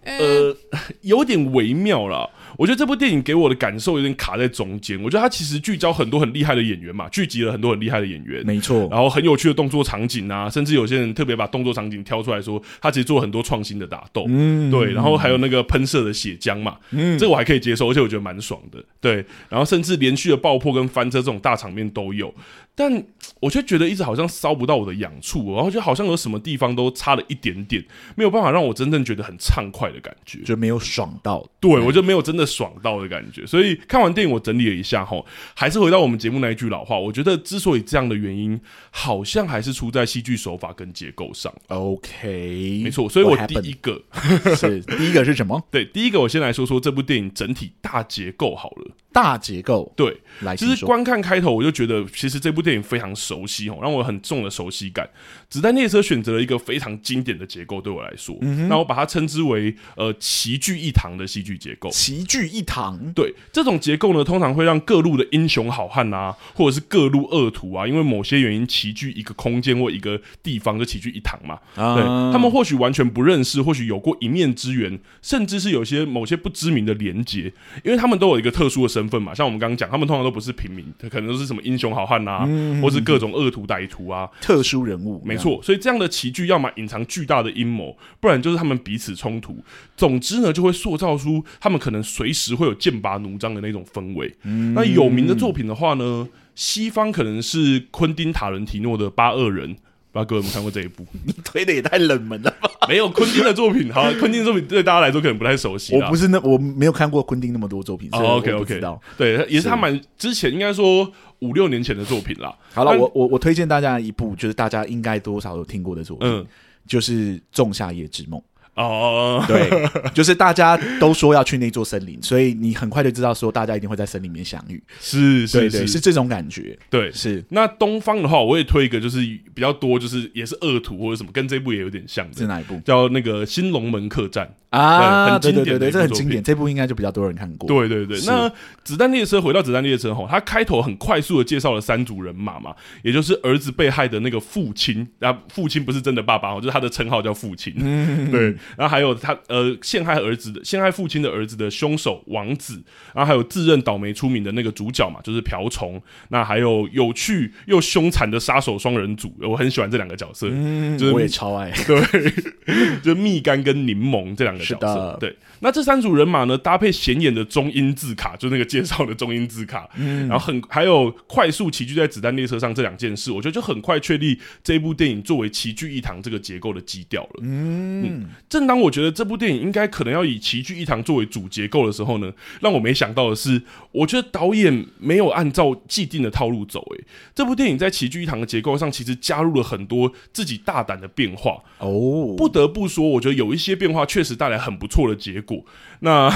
Speaker 2: 呃，有点微妙啦。我觉得这部电影给我的感受有点卡在中间。我觉得它其实聚焦很多很厉害的演员嘛，聚集了很多很厉害的演员，
Speaker 3: 没错，
Speaker 2: 然后很有趣的动作场景啊，甚至有些人特别把动作场景挑出来说，他其实做很多创新的打斗，嗯，对，然后还有那个喷射的血浆嘛，嗯，这个我还可以接受，而且我觉得蛮爽的，对，然后甚至连续的爆破跟翻车这种大场面都有，但我却觉得一直好像烧不到我的痒处，然后就好像有什么地方都差了一点点，没有办法让我真正觉得很畅快的感觉，
Speaker 3: 就没有爽到，
Speaker 2: 对，我就没有真的爽到的感觉。所以看完电影，我整理了一下吼，还是回到我们节目那一句老话，我觉得之所以这样的原因，好像还是出在戏剧手法跟结构上。
Speaker 3: OK，
Speaker 2: 没错，所以我
Speaker 3: What
Speaker 2: 第一个，
Speaker 3: happened？是 [LAUGHS] 第一个是什么？
Speaker 2: 对第一个，我先来说说这部电影整体大结构好了。
Speaker 3: 大结构，
Speaker 2: 对，
Speaker 3: 来，
Speaker 2: 其
Speaker 3: 请
Speaker 2: 实
Speaker 3: 说
Speaker 2: 观看开头我就觉得，其实这部电影非常熟悉哦，让我有很重的熟悉感。子弹列车选择了一个非常经典的结构，对我来说，
Speaker 3: 嗯
Speaker 2: 那我把它称之为呃齐聚一堂的戏剧结构。
Speaker 3: 齐聚一堂，
Speaker 2: 对，这种结构呢，通常会让各路的英雄好汉啊，或者是各路恶徒啊，因为某些原因齐聚一个空间或一个地方，就齐聚一堂嘛。对
Speaker 3: 啊，
Speaker 2: 他们或许完全不认识，或许有过一面之缘，甚至是有些某些不知名的连结，因为他们都有一个特殊的身份嘛。像我们刚刚讲，他们通常都不是平民，可能都是什么英雄好汉啊，或是各种恶徒歹徒啊，
Speaker 3: 特殊人物，
Speaker 2: 没，错，所以这样的棋局要么隐藏巨大的阴谋，不然就是他们彼此冲突。总之呢，就会塑造出他们可能随时会有剑拔弩张的那种氛围。
Speaker 3: 嗯
Speaker 2: 那有名的作品的话呢，西方可能是昆汀塔伦提诺的《八恶人》。不知道各位有没有看过这
Speaker 3: [LAUGHS]
Speaker 2: 一部？
Speaker 3: 你推的也太冷门了吧？
Speaker 2: 没有昆汀的作品，好，昆汀的作品对大家来说可能不太熟悉
Speaker 3: [LAUGHS] 我
Speaker 2: 啦。
Speaker 3: 不是那我没有看过昆汀那么多作品，所以
Speaker 2: 哦
Speaker 3: 我
Speaker 2: ，OK
Speaker 3: 不知
Speaker 2: OK，
Speaker 3: 道。
Speaker 2: 对，也是他蛮之前应该说五六年前的作品啦。
Speaker 3: 好了，
Speaker 2: 但
Speaker 3: 我我我推荐大家一部，就是大家应该多少有听过的作品，
Speaker 2: 嗯，
Speaker 3: 就是《仲夏夜之梦》。
Speaker 2: 哦，
Speaker 3: 对， [LAUGHS] 就是大家都说要去那座森林，所以你很快就知道说大家一定会在森林里面相遇。
Speaker 2: 是是
Speaker 3: 对对，
Speaker 2: 是
Speaker 3: 是这种感觉。
Speaker 2: 对，
Speaker 3: 是
Speaker 2: 那东方的话，我也推一个，就是比较多，就是也是恶徒或者什么，跟这部也有点像
Speaker 3: 是
Speaker 2: 的，
Speaker 3: 哪一部
Speaker 2: 叫那个《新龙门客栈》。
Speaker 3: 啊？
Speaker 2: 对
Speaker 3: 对
Speaker 2: 很经
Speaker 3: 对
Speaker 2: 典
Speaker 3: 对
Speaker 2: 的一
Speaker 3: 对，
Speaker 2: 部
Speaker 3: 这很
Speaker 2: 作
Speaker 3: 经典，这部应该就比较多人看过。，
Speaker 2: 对对对，
Speaker 3: 是
Speaker 2: 那《子弹列车》回到《子弹列车》吼，它开头很快速的介绍了三组人马嘛，也就是
Speaker 3: 嗯
Speaker 2: [LAUGHS] 儿子被害的那个父亲，啊，父亲不是真的爸爸哦，就是他的称号叫父亲。对，然后还有他呃陷害儿子的陷害父亲的儿子的凶手王子，然后还有自认倒霉出名的那个主角嘛，就是瓢虫。那还有有趣又凶残的杀手双人组，我很喜欢这两个角色，就是
Speaker 3: 我也超爱。
Speaker 2: 对，就蜜柑跟柠檬这两个角
Speaker 3: 是
Speaker 2: 色
Speaker 3: 的。
Speaker 2: 对，那这三组人马呢，搭配显眼的中英字卡，就那个介绍的中英字卡，
Speaker 3: 嗯
Speaker 2: 然后很还有快速齐聚在子弹列车上这两件事，我觉得就很快确立这部电影作为齐聚一堂这个结构的基调了。
Speaker 3: 嗯，
Speaker 2: 正当我觉得这部电影应该可能要以齐聚一堂作为主结构的时候呢，让我没想到的是，我觉得导演没有按照既定的套路走、欸。这部电影在齐聚一堂的结构上，其实加入了很多自己大胆的变化。
Speaker 3: 哦，
Speaker 2: 不得不说，我觉得有一些变化确实带来很不错的结果。那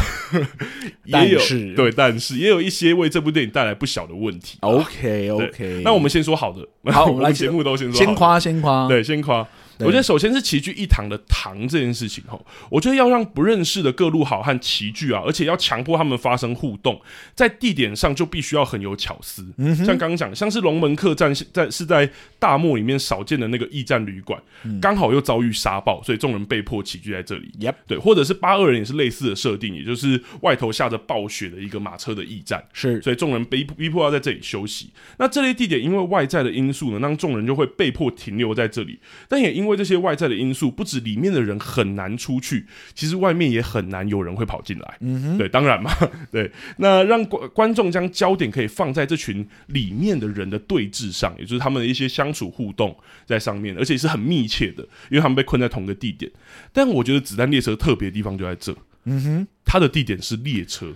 Speaker 3: [LAUGHS] 但
Speaker 2: 也有
Speaker 3: 是
Speaker 2: 对，但是也有一些为这部电影带来不小的问题。
Speaker 3: 哦，OK
Speaker 2: 对
Speaker 3: OK。
Speaker 2: 那我们先说好的，
Speaker 3: 嗯
Speaker 2: [LAUGHS]
Speaker 3: 好
Speaker 2: 我
Speaker 3: 我们来
Speaker 2: 们节目都先说好
Speaker 3: 先
Speaker 2: 的
Speaker 3: 夸先夸，，
Speaker 2: 对，先夸。我
Speaker 3: 对
Speaker 2: 觉得首先是齐聚一堂的堂这件事情吼，我觉得要让不认识的各路好汉齐聚啊，而且要强迫他们发生互动，在地点上就必须要很有巧思。像刚刚讲，像是龙门客栈是在是在大漠里面少见的那个驿站旅馆，刚好又遭遇沙暴，所以众人被迫齐聚在这里。
Speaker 3: Yep
Speaker 2: 对，或者是八二人也是类似的设定，也就是外头下着暴雪的一个马车的驿站。
Speaker 3: 是
Speaker 2: 所以众人被逼迫要在这里休息。那这类地点因为外在的因素呢，让众人就会被迫停留在这里。但也因为这些外在的因素，不止里面的人很难出去，其实外面也很难有人会跑进来。嗯哼，对，当然嘛，对。那让观观众将焦点可以放在这群里面的人的对峙上，也就是他们的一些相处互动在上面，而且是很密切的，因为他们被困在同个地点。但我觉得《子弹列车》特别的地方就在这，嗯哼，它的地点是列车。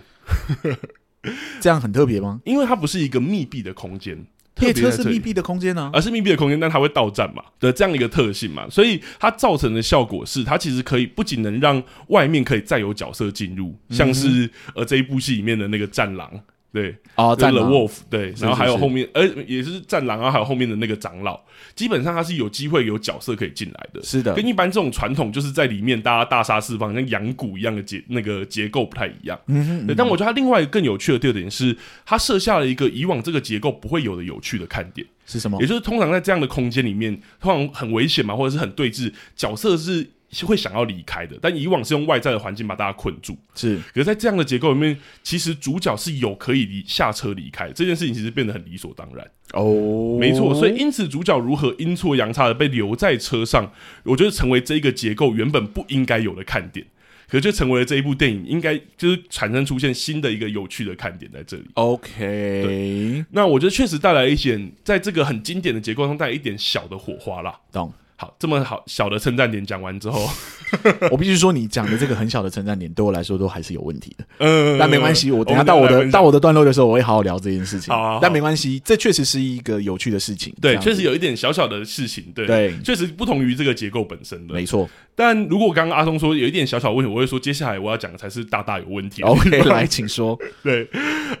Speaker 3: 这样很特别吗？
Speaker 2: 因为它不是一个密闭的空间，
Speaker 3: 列车是密
Speaker 2: 闭，
Speaker 3: 闭的空间呢，
Speaker 2: 而是密闭的空间，但它会到站嘛的这样一个特性嘛，所以它造成的效果是，它其实可以不仅能让外面可以再有角色进入，
Speaker 3: 嗯
Speaker 2: 像是呃这一部戏里面的那个战狼。对，
Speaker 3: 哦，
Speaker 2: 战
Speaker 3: 占
Speaker 2: 呃了
Speaker 3: 了
Speaker 2: Wolf，对，然后还有
Speaker 3: 是
Speaker 2: 后面，呃，也是战狼，然后还有后面的那个长老，基本上他是有机会有角色可以进来的，
Speaker 3: 是的，
Speaker 2: 跟一般这种传统就是在里面大家大杀四方，像养蛊一样的结那个结构不太一样。对，但我觉得它另外一个更有趣的特点是，它设下了一个以往这个结构不会有的有趣的看点，
Speaker 3: 是什么
Speaker 2: 也？就是通常在这样的空间里面，通常很危险嘛，或者是很对峙，角色是。是会想要离开的，但以往是用外在的环境把大家困住。
Speaker 3: 是
Speaker 2: 可是，在这样的结构里面，其实主角是有可以离下车离开的这件事情，其实变得很理所当然。
Speaker 3: 哦，
Speaker 2: 没错，所以因此主角如何阴错阳差的被留在车上，我觉得成为这一个结构原本不应该有的看点，可是就成为了这一部电影应该就是产生出现新的一个有趣的看点在这里。
Speaker 3: 哦 OK，
Speaker 2: 那我觉得确实带来一点，在这个很经典的结构上带来一点小的火花啦。
Speaker 3: 懂。
Speaker 2: 好，这么好小的称赞点讲完之
Speaker 3: [LAUGHS]
Speaker 2: 后，
Speaker 3: 我必须说，你讲的这个很小的称赞点，对我来说都还是有问题的。
Speaker 2: 嗯，
Speaker 3: 但没关系，我等一下
Speaker 2: 们
Speaker 3: 到我
Speaker 2: 来
Speaker 3: 的
Speaker 2: 分享
Speaker 3: 到我的段落的时候，我会好好聊这件事情
Speaker 2: 好好好。
Speaker 3: 但没关系，这确实是一个有趣的事情。这
Speaker 2: 对，
Speaker 3: 样
Speaker 2: 确实
Speaker 3: 子
Speaker 2: 有一点小小的事情，对，
Speaker 3: 对
Speaker 2: 确实不同于这个结构本身的，[LAUGHS]
Speaker 3: 没错。
Speaker 2: 但如果刚刚阿松说有一点小小问题，我会说接下来我要讲的才是大大有问题。
Speaker 3: OK，来，请说。
Speaker 2: 对，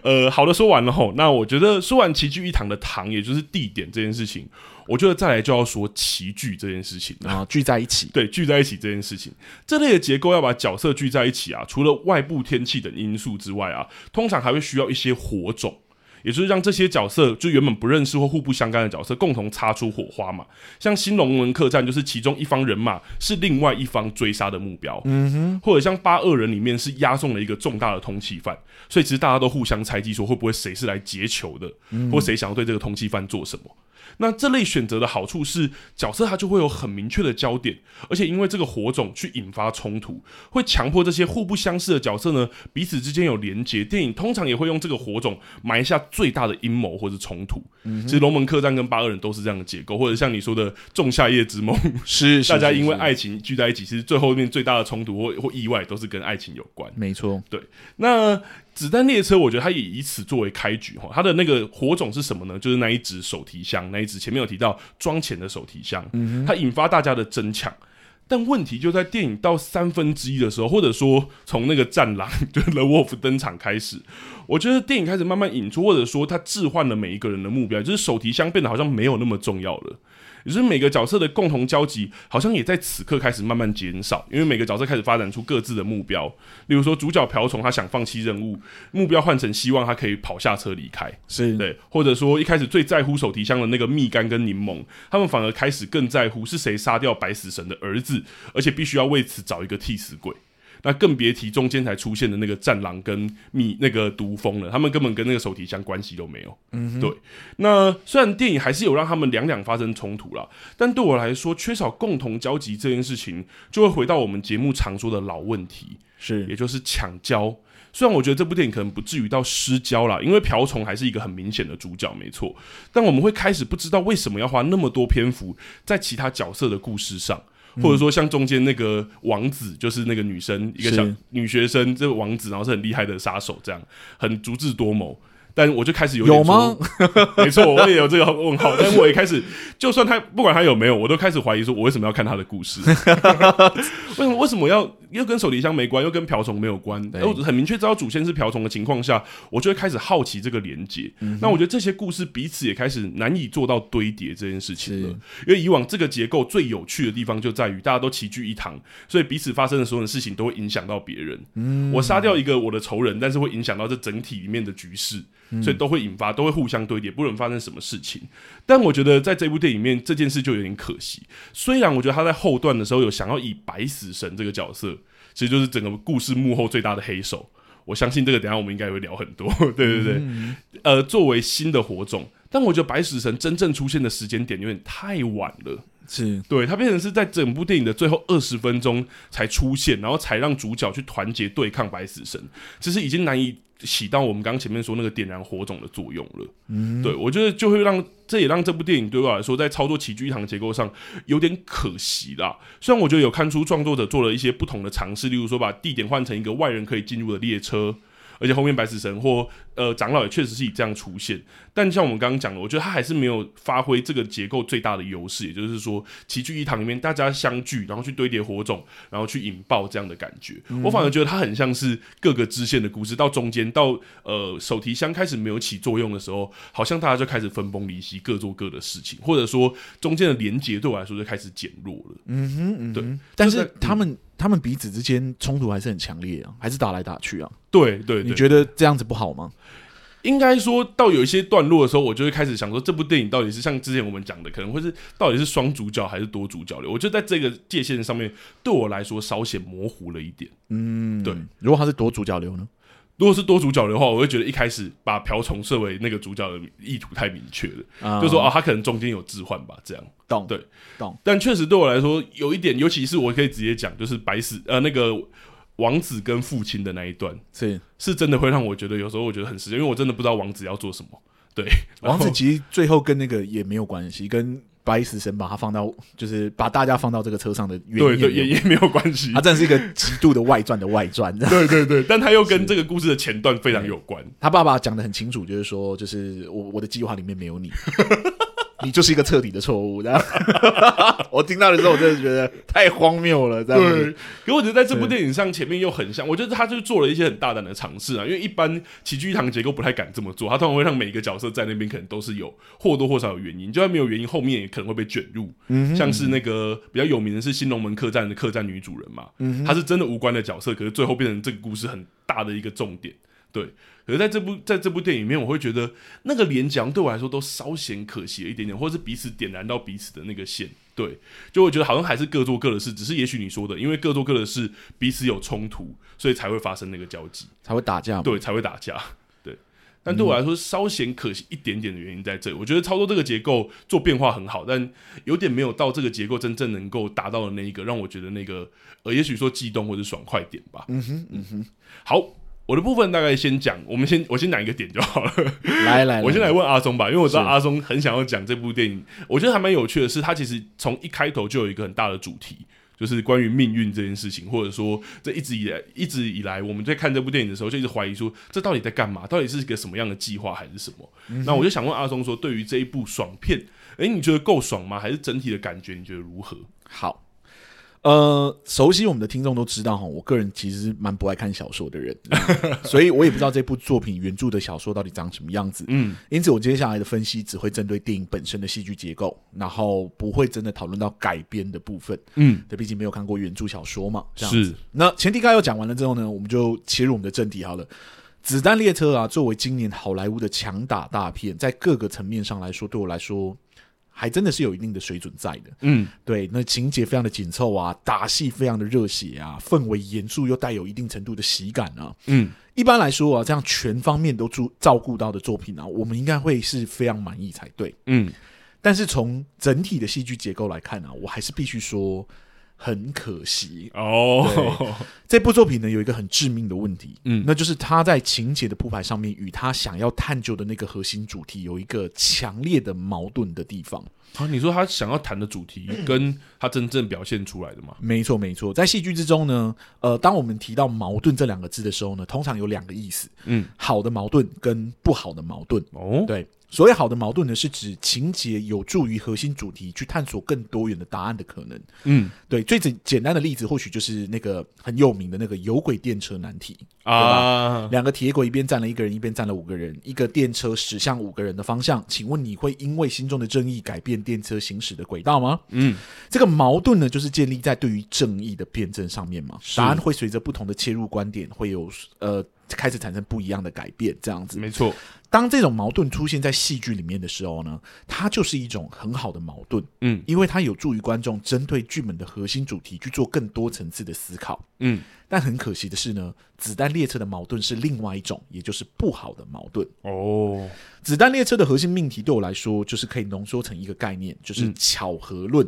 Speaker 2: 呃，好的，说完了吼。那我觉得说完齐聚一堂的堂，也就是地点这件事情，我觉得再来就要说齐聚这件事情了。
Speaker 3: 啊，聚在一起，
Speaker 2: 对，聚在一起这件事情，这类的结构要把角色聚在一起啊，除了外部天气等因素之外啊，通常还会需要一些火种。也就是让这些角色，就原本不认识或互不相干的角色，共同擦出火花嘛。像新龙门客栈，就是其中一方人马是另外一方追杀的目标，嗯哼，或者像八二人里面是押送了一个重大的通缉犯，所以其实大家都互相猜忌，说会不会谁是来劫囚的，或谁想要对这个通缉犯做什么。那这类选择的好处是，角色他就会有很明确的焦点，而且因为这个火种去引发冲突，会强迫这些互不相识的角色呢彼此之间有连结。电影通常也会用这个火种埋下最大的阴谋或是冲突。
Speaker 3: 嗯
Speaker 2: 其实《龙门客栈》跟《八二人》都是这样的结构，或者像你说的《仲夏夜之梦》，
Speaker 3: 是
Speaker 2: 大家因为，爱情聚在一起，其实最后面最大的冲突或或意外都是跟爱情有关。
Speaker 3: 没错，
Speaker 2: 那子弹列车，我觉得它也以此作为开局哈。它的那个火种是什么呢？就是那一只手提箱，那一只前面有提到装钱的手提箱，它引发大家的争抢。但问题就在电影到三分之一的时候，或者说从那个战狼就是 The Wolf 登场开始，我觉得电影开始慢慢引出，或者说它置换了每一个人的目标，就是手提箱变得好像没有那么重要了。也就是每个角色的共同交集，好像也在此刻开始慢慢减少，因为每个角色开始发展出各自的目标。例如说，主角瓢虫他想放弃任务，目标换成希望他可以跑下车离开，
Speaker 3: 是
Speaker 2: 对，或者说一开始最在乎手提箱的那个蜜柑跟柠檬，他们反而开始更在乎是谁杀掉白死神的儿子，而且必须要为此找一个替死鬼。那更别提中间才出现的那个战狼跟蜜那个毒蜂了，他们根本跟那个手提箱关系都没有。嗯，对。那虽然电影还是有让他们两两发生冲突啦，但对我来说，缺少共同交集这件事情，就会回到我们节目常说的老问题，
Speaker 3: 是，
Speaker 2: 也就是抢交。虽然我觉得这部电影可能不至于到失焦啦，因为瓢虫还是一个很明显的主角，没错。但我们会开始不知道为什么要花那么多篇幅在其他角色的故事上，
Speaker 3: 嗯
Speaker 2: 或者说像中间那个王子，就是那个女生一个小
Speaker 3: 是
Speaker 2: 女学生，这个王子然后是很厉害的杀手，这样很足智多谋。但我就开始有点
Speaker 3: 有吗？
Speaker 2: 说？没错，我也有这个问号。但我也开始，就算他不管他有没有，我都开始怀疑说，我为什么要看他的故事？ [LAUGHS] 为什么为什么要又跟手提箱没关，又跟瓢虫没有关？
Speaker 3: 对
Speaker 2: 然后很明确知道主线是瓢虫的情况下，我就会开始好奇这个连接。
Speaker 3: 嗯
Speaker 2: 那我觉得这些故事彼此也开始难以做到堆叠这件事情了
Speaker 3: 是，
Speaker 2: 因为以往这个结构最有趣的地方就在于大家都齐聚一堂，所以彼此发生的所有的事情都会影响到别人。我杀掉一个我的仇人，但是会影响到这整体里面的局势，所以都会引发，都会互相堆叠，不论发生什么事情。但我觉得在这部电影里面，这件事就有点可惜。虽然我觉得他在后段的时候有想要以白死神这个角色，其实就是整个故事幕后最大的黑手。我相信这个，等一下我们应该会聊很多。 [LAUGHS] 对对对，呃，作为新的火种，但我觉得白死神真正出现的时间点有点太晚了。
Speaker 3: 是
Speaker 2: 对，它变成是在整部电影的最后二十分钟才出现，然后才让主角去团结对抗白死神，其实已经难以起到我们刚刚前面说那个点燃火种的作用了。嗯，对我觉得就会让这也让这部电影对我来说在操作喜剧一堂的结构上有点可惜啦。虽然我觉得有看出创作者做了一些不同的尝试，例如说把地点换成一个外人可以进入的列车。而且后面白死神或呃长老也确实是以这样出现，但像我们刚刚讲的，我觉得他还是没有发挥这个结构最大的优势，也就是说，齐聚一堂里面大家相聚，然后去堆叠火种，然后去引爆这样的感觉。我
Speaker 3: 嗯
Speaker 2: 反而觉得它很像是各个支线的故事，到中间到呃手提箱开始没有起作用的时候，好像大家就开始分崩离析，各做各的事情，或者说中间的连结对我来说就开始减弱了。
Speaker 3: 嗯但
Speaker 2: 就是嗯在
Speaker 3: 他们、他们彼此之间冲突还是很强烈啊，还是打来打去啊。
Speaker 2: 对对对，
Speaker 3: 你觉得这样子不好吗？
Speaker 2: 应该说到有一些段落的时候，我就会开始想说，这部电影到底是像之前我们讲的，可能会是到底是双主角还是多主角流？我觉得在这个界限上面，对我来说稍显模糊了一点。
Speaker 3: 嗯，
Speaker 2: 对。
Speaker 3: 如果他是夺主角流呢？
Speaker 2: 如果是多主角流的话，我会觉得一开始把瓢虫设为那个主角的意图太明确了，
Speaker 3: 啊
Speaker 2: 就说啊，他可能中间有置换吧，这样。
Speaker 3: 懂
Speaker 2: 对
Speaker 3: 懂
Speaker 2: 但确实对我来说有一点，尤其是我可以直接讲，就是白死呃那个王子跟父亲的那一段，
Speaker 3: 是
Speaker 2: 是真的会让我觉得有时候我觉得很失望，因为我真的不知道王子要做什么。对，然
Speaker 3: 王
Speaker 2: 后
Speaker 3: 子其实最后跟那个也没有关系，跟白死神把他放到就是把大家放到这个车上的原因
Speaker 2: 对对
Speaker 3: 也啊
Speaker 2: 也
Speaker 3: 没有
Speaker 2: 也没有关系
Speaker 3: 他，真的是一个极度的外传的外传。
Speaker 2: 对对对，但他又跟这个故事的前段非常有关。
Speaker 3: 他爸爸讲的很清楚，就是说，就是我我的计划里面
Speaker 2: [LAUGHS]
Speaker 3: 没有你，你就是一个彻底的错误。然后 [LAUGHS] 我听到的时候，我真的觉得太荒谬了，这样
Speaker 2: 对
Speaker 3: 子，
Speaker 2: 可我觉得在这部电影上前面又很像，我觉得他就做了一些很大胆的尝试啊，因为一般喜剧一堂结构不太敢这么做，他通常会让每一个角色在那边可能都是有或多或少有原因，就算没有原因，后面也可能会被卷入。
Speaker 3: 嗯
Speaker 2: 像是那个比较有名的是新龙门客栈的客栈女主人嘛，
Speaker 3: 嗯
Speaker 2: 她是真的无关的角色，可是最后变成这个故事很大的一个重点。对，可是在这部在这部电影里面，我会觉得那个连讲对我来说都稍显可惜了一点点，或者是彼此点燃到彼此的那个线。对，就我觉得好像还是各做各的事，只是也许你说的，因为各做各的事，彼此有冲突，所以才会发生那个交集，
Speaker 3: 才会打架嘛。
Speaker 2: 对，才会打架。对，但对我来说稍显可惜一点点的原因在这里，我觉得操作这个结构做变化很好，但有点没有到这个结构真正能够达到的那一个让我觉得那个呃，也许说悸动或者爽快点吧。嗯哼，嗯哼，好。我的部分大概先讲，我们先我先讲一个点就好了。
Speaker 3: 来来，
Speaker 2: 我先来问阿松吧，因为我知道
Speaker 3: 是
Speaker 2: 阿松很想要讲这部电影。我觉得还蛮有趣的是，它其实从一开头就有一个很大的主题，就是关于命运这件事情，或者说这一直以来一直以来我们在看这部电影的时候，就一直怀疑说这到底在干嘛？到底是一个什么样的计划还是什么？那我就想问阿松说，对于这一部爽片，诶，你觉得够爽吗？还是整体的感觉你觉得如何？
Speaker 3: 好。呃，熟悉我们的听众都知道哈，我个人其实蛮不爱看小说的人，所以我也不知道这部作品原著的小说到底长什么样子。嗯，因此我接下来的分析只会针对电影本身的戏剧结构，然后不会真的讨论到改编的部分。
Speaker 2: 嗯，
Speaker 3: 对，毕竟没有看过原著小说嘛。这样子
Speaker 2: 是
Speaker 3: 那前提概要讲完了之后呢，我们就切入我们的正题好了。《子弹列车》啊，作为今年好莱坞的强打大片，在各个层面上来说，对我来说还真的是有一定的水准在的。
Speaker 2: 嗯，
Speaker 3: 对，那情节非常的紧凑啊，打戏非常的热血啊，氛围严肃又带有一定程度的喜感啊。
Speaker 2: 嗯，
Speaker 3: 一般来说啊，这样全方面都注照顾到的作品啊，我们应该会是非常满意才对。
Speaker 2: 嗯，
Speaker 3: 但是从整体的戏剧结构来看啊，我还是必须说很可惜，
Speaker 2: 哦，
Speaker 3: 这部作品呢有一个很致命的问题，
Speaker 2: 嗯
Speaker 3: 那就是它在情节的铺排上面与他想要探究的那个核心主题有一个强烈的矛盾的地方。
Speaker 2: [LAUGHS] 啊，你说他想要谈的主 [COUGHS] 题跟他真正表现出来的嘛？
Speaker 3: 没错，没错，在戏剧之中呢，呃，当我们提到矛盾这两个字的时候呢，通常有两个意思，
Speaker 2: 嗯，
Speaker 3: 好的矛盾跟不好的矛盾。
Speaker 2: 哦，
Speaker 3: 对，所谓好的矛盾呢，是指情节有助于核心主题去探索更多元的答案的可能。
Speaker 2: 嗯
Speaker 3: 对，最简简单的例子或许就是那个很有名的那个有轨电车难题。
Speaker 2: 啊，
Speaker 3: 两个铁轨一边站了一个人，一边站了五个人，一个电车驶向五个人的方向。请问你会因为心中的正义改变电车行驶的轨道吗？
Speaker 2: 嗯，
Speaker 3: 这个矛盾呢，就是建立在对于正义的辩证上面嘛。答案会随着不同的切入观点，会有呃开始产生不一样的改变。这样子，
Speaker 2: 没错，
Speaker 3: 当这种矛盾出现在戏剧里面的时候呢，它就是一种很好的矛盾，
Speaker 2: 嗯
Speaker 3: 因为它有助于观众针对剧本的核心主题去做更多层次的思考。
Speaker 2: 嗯，
Speaker 3: 但很可惜的是呢，子弹列车的矛盾是另外一种，也就是不好的矛盾。
Speaker 2: 哦，
Speaker 3: 子弹列车的核心命题对我来说，就是可以浓缩成一个概念，
Speaker 2: 嗯
Speaker 3: 就是巧合论。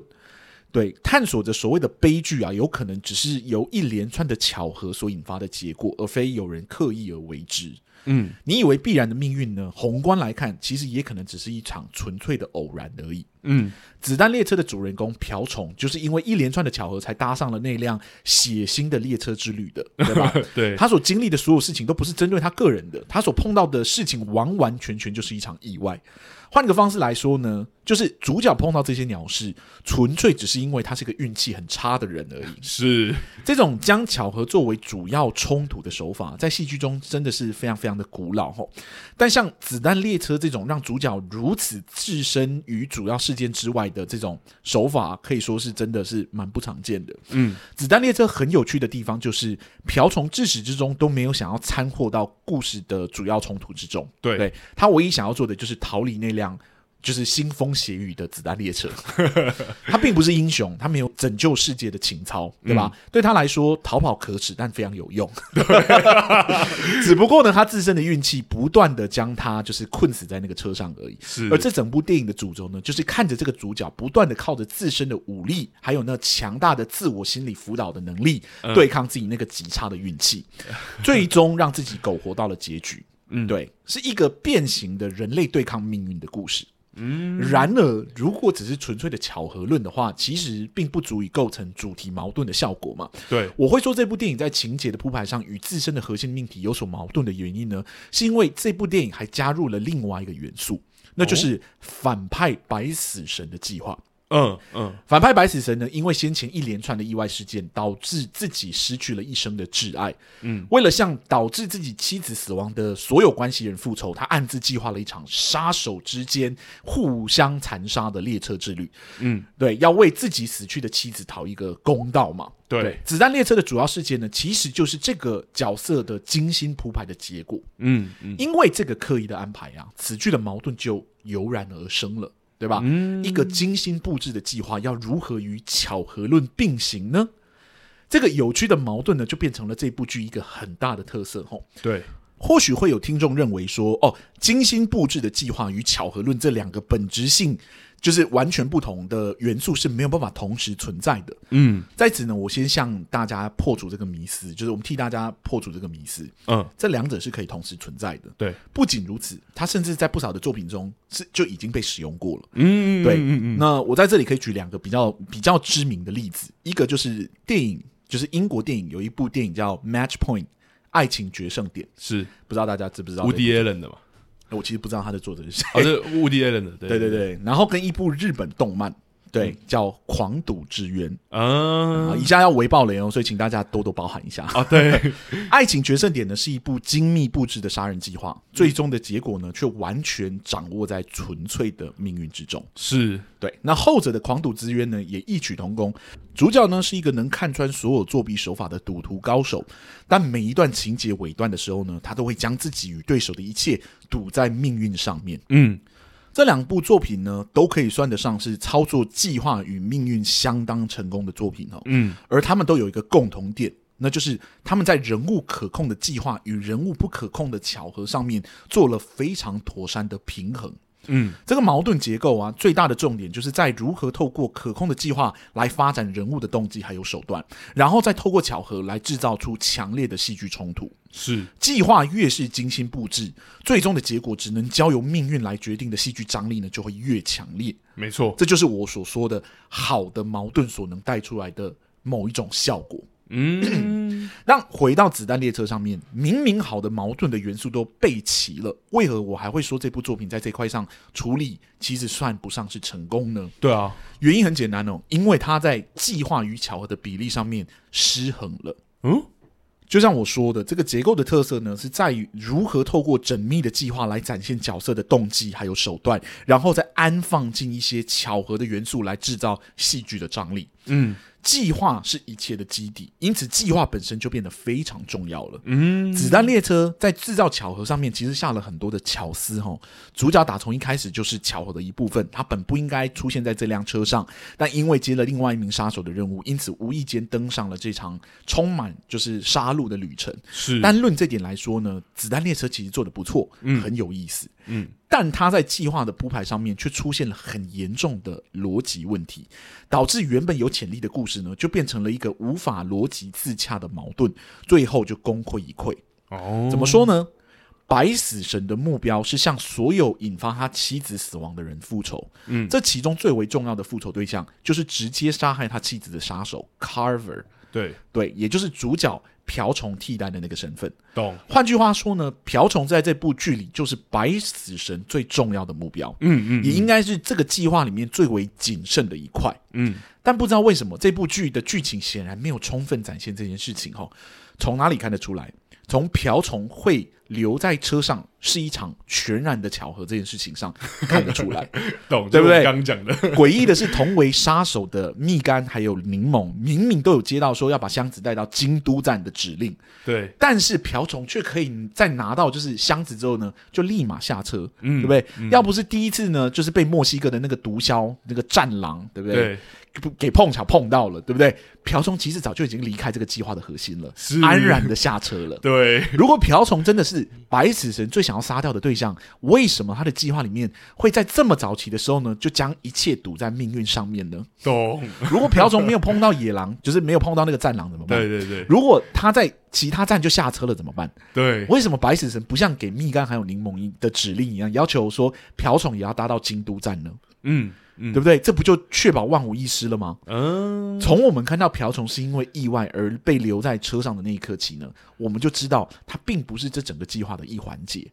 Speaker 3: 对，探索着所谓的悲剧啊，有可能只是由一连串的巧合所引发的结果，而非有人刻意而为之。
Speaker 2: 嗯，
Speaker 3: 你以为必然的命运呢？宏观来看，其实也可能只是一场纯粹的偶然而已。
Speaker 2: 嗯，
Speaker 3: 子弹列车的主人公瓢虫，就是因为一连串的巧合才搭上了那辆血腥的列车之旅的，对吧？
Speaker 2: 对，
Speaker 3: 他所经历的所有事情都不是针对他个人的，他所碰到的事情完完全全就是一场意外。换个方式来说呢，就是主角碰到这些鸟事，纯粹只是因为他是个运气很差的人而已。
Speaker 2: 是，
Speaker 3: 这种将巧合作为主要冲突的手法，在戏剧中真的是非常非常的古老吼。但像《子弹列车》这种让主角如此置身于主要事件之外的这种手法，可以说是真的是蛮不常见的。
Speaker 2: 嗯，
Speaker 3: 《子弹列车》很有趣的地方就是，瓢虫至始至终都没有想要掺和到故事的主要冲突之中。
Speaker 2: 对
Speaker 3: 他唯一想要做的就是逃离那辆。就是腥风血雨的子弹列车， [LAUGHS] 他并不是英雄，他没有拯救世界的情操，对吧？对他来说，逃跑可耻，但非常有用。 [LAUGHS] 只不过呢，他自身的运气不断的将他就是困死在那个车上而已。
Speaker 2: 是
Speaker 3: 而这整部电影的主轴呢，就是看着这个主角不断的靠着自身的武力，还有那强大的自我心理辅导的能力，对抗自己那个极差的运 [LAUGHS] 气，最终让自己苟活到了结局。嗯，对，是一个变形的人类对抗命运的故事。嗯，然而，如果只是纯粹的巧合论的话，其实并不足以构成主题矛盾的效果嘛。
Speaker 2: 对，
Speaker 3: 我会说这部电影在情节的铺排上与自身的核心命题有所矛盾的原因呢，是因为这部电影还加入了另外一个元素，那就是反派白死神的计划。
Speaker 2: 嗯嗯，
Speaker 3: 反派白死神呢，因为先前一连串的意外事件，导致自己失去了一生的挚爱。嗯，为了向导致自己妻子死亡的所有关系人复仇，他暗自计划了一场杀手之间互相残杀的列车之旅。
Speaker 2: 嗯，
Speaker 3: 对，要为自己死去的妻子讨一个公道嘛。
Speaker 2: 对
Speaker 3: 子弹列车的主要事件呢，其实就是这个角色的精心铺排的结果。
Speaker 2: 嗯嗯，
Speaker 3: 因为这个刻意的安排啊，此剧的矛盾就油然而生了，对吧？
Speaker 2: 嗯
Speaker 3: 一个精心布置的计划要如何与巧合论并行呢？这个有趣的矛盾呢，就变成了这部剧一个很大的特色吼。
Speaker 2: 对，
Speaker 3: 或许会有听众认为说，哦，精心布置的计划与巧合论这两个本质性就是完全不同的元素是没有办法同时存在的。
Speaker 2: 嗯
Speaker 3: 在此呢，我先向大家破除这个迷思，就是我们替大家破除这个迷思，
Speaker 2: 嗯，
Speaker 3: 这两者是可以同时存在的。
Speaker 2: 对，
Speaker 3: 不仅如此，它甚至在不少的作品中是就已经被使用过了。
Speaker 2: 嗯，
Speaker 3: 对，
Speaker 2: 嗯嗯
Speaker 3: 那我在这里可以举两个比较比较知名的例子，一个就是电影，就是英国电影有一部电影叫《Match Point》，爱情决胜点，
Speaker 2: 是
Speaker 3: 不知道大家知不知道？
Speaker 2: 无敌 Allen 的嘛？ [LAUGHS]
Speaker 3: 我其实不知道它的作者是谁。
Speaker 2: 哦，是无敌 Allen 的，
Speaker 3: 对对对，然后跟一部日本动漫对，
Speaker 2: 嗯
Speaker 3: 叫《狂赌之渊》啊，
Speaker 2: 啊
Speaker 3: 以下要微爆雷哦，所以请大家多多包涵一下。
Speaker 2: 啊，对，
Speaker 3: 爱情决胜点呢是一部精密布置的杀人计划，最终的结果呢却完全掌握在纯粹的命运之中。
Speaker 2: 是
Speaker 3: 对，那后者的狂赌之渊呢也异曲同工。主角呢是一个能看穿所有作弊手法的赌徒高手，但每一段情节尾段的时候呢，他都会将自己与对手的一切赌在命运上面。
Speaker 2: 嗯，
Speaker 3: 这两部作品呢，都可以算得上是操作计划与命运相当成功的作品哦。
Speaker 2: 嗯，
Speaker 3: 而他们都有一个共同点，那就是他们在人物可控的计划与人物不可控的巧合上面做了非常妥善的平衡。
Speaker 2: 嗯，
Speaker 3: 这个矛盾结构啊，最大的重点就是在如何透过可控的计划来发展人物的动机还有手段，然后再透过巧合来制造出强烈的戏剧冲突。
Speaker 2: 是
Speaker 3: 计划越是精心布置，最终的结果只能交由命运来决定的戏剧张力呢，就会越强烈。
Speaker 2: 没错，
Speaker 3: 这就是我所说的好的矛盾所能带出来的某一种效果。
Speaker 2: 嗯，
Speaker 3: 让回到子弹列车上面，明明好的矛盾的元素都备齐了，为何我还会说这部作品在这块上处理其实算不上是成功呢？
Speaker 2: 对啊，
Speaker 3: 原因很简单哦，因为它在计划与巧合的比例上面失衡了。
Speaker 2: 嗯，
Speaker 3: 就像我说的，这个结构的特色呢，是在于如何透过缜密的计划来展现角色的动机还有手段，然后再安放进一些巧合的元素来制造戏剧的张力。
Speaker 2: 嗯，
Speaker 3: 计划是一切的基底，因此计划本身就变得非常重要了。
Speaker 2: 嗯，
Speaker 3: 子弹列车在制造巧合上面其实下了很多的巧思哈、主角打从一开始就是巧合的一部分，他本不应该出现在这辆车上，但因为接了另外一名杀手的任务，因此无意间登上了这场充满就是杀戮的旅程。
Speaker 2: 是，
Speaker 3: 但论这点来说呢，子弹列车其实做的不错，很有意思。
Speaker 2: 嗯，
Speaker 3: 但他在计划的铺排上面却出现了很严重的逻辑问题，导致原本有潜力的故事呢，就变成了一个无法逻辑自洽的矛盾，最后就功亏一篑。
Speaker 2: 哦，
Speaker 3: 怎么说呢？白死神的目标是向所有引发他妻子死亡的人复仇。嗯，这其中最为重要的复仇对象就是直接杀害他妻子的杀手 Carver，
Speaker 2: 对，
Speaker 3: 对，也就是主角瓢虫替代的那个身份。
Speaker 2: 懂，
Speaker 3: 换句话说呢，瓢虫在这部剧里就是白死神最重要的目标，
Speaker 2: 嗯嗯
Speaker 3: 也应该是这个计划里面最为谨慎的一块。
Speaker 2: 嗯，
Speaker 3: 但不知道为什么这部剧的剧情显然没有充分展现这件事情哈、从哪里看得出来？从瓢虫会留在车上是一场全然的巧合这件事情
Speaker 2: [LAUGHS]
Speaker 3: 上看得出来。
Speaker 2: 懂，
Speaker 3: 对
Speaker 2: 这是
Speaker 3: 不对
Speaker 2: 我刚讲的，
Speaker 3: 诡异的是，同为杀手的蜜柑还有柠檬，明明都有接到说要把箱子带到京都站的指令，
Speaker 2: 对，
Speaker 3: 但是瓢虫却可以在拿到就是箱子之后呢，就立马下车，
Speaker 2: 嗯
Speaker 3: 对不对？要不是第一次呢，就是被墨西哥的那个毒枭那个战狼，对不对？
Speaker 2: 对，
Speaker 3: 给给碰巧碰到了，对不对？瓢虫其实早就已经离开这个计划的核心了，
Speaker 2: 是
Speaker 3: 安然的下车了。
Speaker 2: [LAUGHS] 对，
Speaker 3: 如果瓢虫真的是白死神最想要杀掉的对象，为什么他的计划里面会在这么早期的时候呢，就将一切赌在命运上
Speaker 2: [LAUGHS]
Speaker 3: 面呢？
Speaker 2: 懂，
Speaker 3: 如果瓢虫没有碰到野狼，就是没有碰到那个战狼，怎么办？
Speaker 2: 对对对
Speaker 3: 如果他在其他站就下车了，怎么办？
Speaker 2: 对，
Speaker 3: 为什么白死神不像给蜜柑还有柠檬的指令一样，要求说瓢虫也要搭到京都站呢？
Speaker 2: 嗯嗯
Speaker 3: 对不对？这不就确保万无一失了吗？
Speaker 2: 嗯，
Speaker 3: 从我们看到瓢虫是因为意外而被留在车上的那一刻起呢，我们就知道它并不是这整个计划的一环节，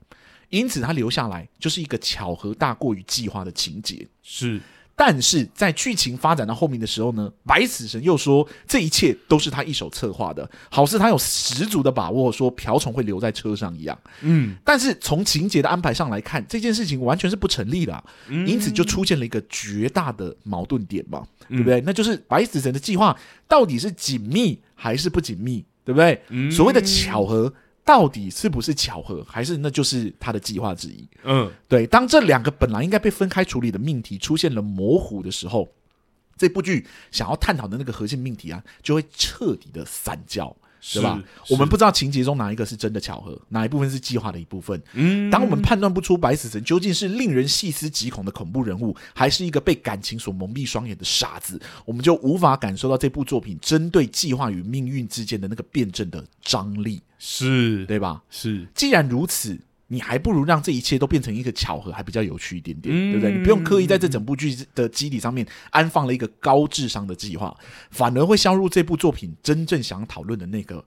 Speaker 3: 因此它留下来就是一个巧合大过于计划的情节。
Speaker 2: 是，
Speaker 3: 但是在剧情发展到后面的时候呢，白死神又说这一切都是他一手策划的，好似他有十足的把握说瓢虫会留在车上一样。
Speaker 2: 嗯，
Speaker 3: 但是从情节的安排上来看，这件事情完全是不成立的啊、因此就出现了一个绝大的矛盾点嘛，对不对？那就是白死神的计划到底是紧密还是不紧密，对不对？所谓的巧合到底是不是巧合，还是那就是他的计划之一？
Speaker 2: 嗯，
Speaker 3: 对，当这两个本来应该被分开处理的命题出现了模糊的时候，这部剧想要探讨的那个核心命题啊，就会彻底的散焦。
Speaker 2: 是
Speaker 3: 对吧？我们不知道情节中哪一个是真的巧合，哪一部分是计划的一部分。嗯，当我们判断不出白死神究竟是令人细思极恐的恐怖人物，还是一个被感情所蒙蔽双眼的傻子，我们就无法感受到这部作品针对计划与命运之间的那个辩证的张力，
Speaker 2: 是
Speaker 3: 对吧？
Speaker 2: 是，
Speaker 3: 既然如此，你还不如让这一切都变成一个巧合，还比较有趣一点点，对不对？你不用刻意在这整部剧的基底上面安放了一个高智商的计划，反而会削弱这部作品真正想讨论的那个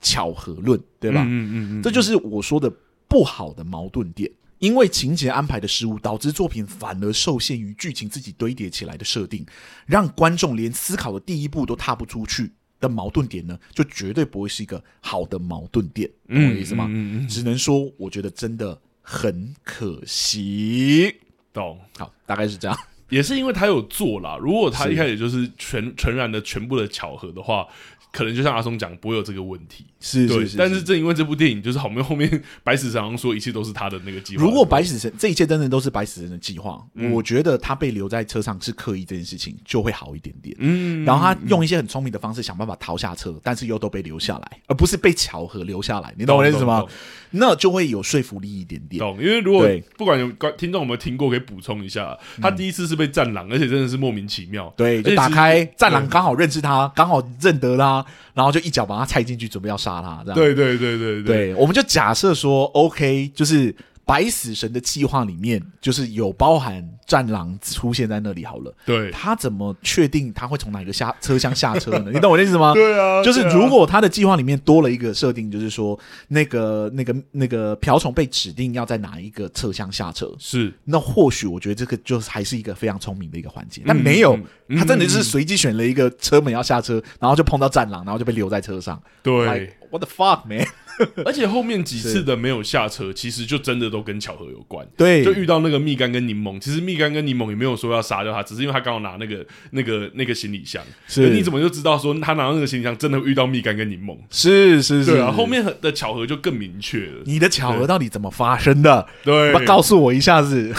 Speaker 3: 巧合论，对吧？
Speaker 2: 嗯嗯嗯，
Speaker 3: 这就是我说的不好的矛盾点。因为情节安排的失误，导致作品反而受限于剧情自己堆叠起来的设定，让观众连思考的第一步都踏不出去。的矛盾点呢，就绝对不会是一个好的矛盾点，懂我的意思吗？
Speaker 2: 嗯嗯嗯
Speaker 3: 只能说，我觉得真的很可惜。
Speaker 2: 懂。
Speaker 3: 好，大概是这样。
Speaker 2: 也是因为他有做啦，如果他
Speaker 3: 是
Speaker 2: 一开始就是全全然的全部的巧合的话，可能就像阿松讲，不会有这个问题。
Speaker 3: [LAUGHS] 是
Speaker 2: 对，
Speaker 3: 是是，
Speaker 2: 但是正因为这部电影，就是好面后面白死神好像说一切都是嗯他的那个计划。
Speaker 3: 如果白死神这一切真的都是白死神的计划，我觉得他被留在车上是刻意这件事情就会好一点点。
Speaker 2: 嗯，嗯
Speaker 3: 然后他用一些很聪明的方式想办法逃下车，但是又都被留下来，而不是被巧合留下来。你懂我的意思吗
Speaker 2: 懂懂？
Speaker 3: 那就会有说服力一点点。
Speaker 2: 懂，因为如果
Speaker 3: 对嗯
Speaker 2: 不管有观听众有没有听过，可以补充一下，他第一次是被战狼，而且真的是莫名其妙。
Speaker 3: 对，
Speaker 2: 而且
Speaker 3: 就打
Speaker 2: 其实
Speaker 3: 开战狼，刚好认识他，刚好认得他，然后就一脚把他踹进去，准备要杀他。这样，
Speaker 2: 对对对对对
Speaker 3: 对，我们就假设说，OK，就是白死神的计划里面，就是有包含战狼出现在那里好了。
Speaker 2: 对
Speaker 3: 他怎么确定他会从哪个下车厢下车
Speaker 2: [LAUGHS]
Speaker 3: 呢？你懂我的意思吗？
Speaker 2: 对啊，
Speaker 3: 就是
Speaker 2: 对啊
Speaker 3: 如果他的计划里面多了一个设定，就是说那个那个那个瓢虫被指定要在哪一个侧厢下车，
Speaker 2: 是
Speaker 3: 那或许我觉得这个就是还是一个非常聪明的一个环节，但没有，
Speaker 2: 嗯
Speaker 3: 他真的就是随机选了一个车门要下车，然后就碰到战狼，然后就被留在车上。
Speaker 2: 对
Speaker 3: Like,，，What the fuck man？
Speaker 2: 而且后面几次的没有下车，其实就真的都跟巧合有关。
Speaker 3: 对
Speaker 2: 就遇到那个蜜柑跟柠檬，其实蜜柑跟柠檬也没有说要杀掉他，只是因为他刚好拿那个那个那个行李箱。
Speaker 3: 是
Speaker 2: 你怎么就知道说他拿到那个行李箱真的会遇到蜜柑跟柠檬？
Speaker 3: 是是是，
Speaker 2: 对啊，后面的巧合就更明确了。
Speaker 3: 你的巧合到底怎么发生的？
Speaker 2: 对，
Speaker 3: 要告诉我一下子。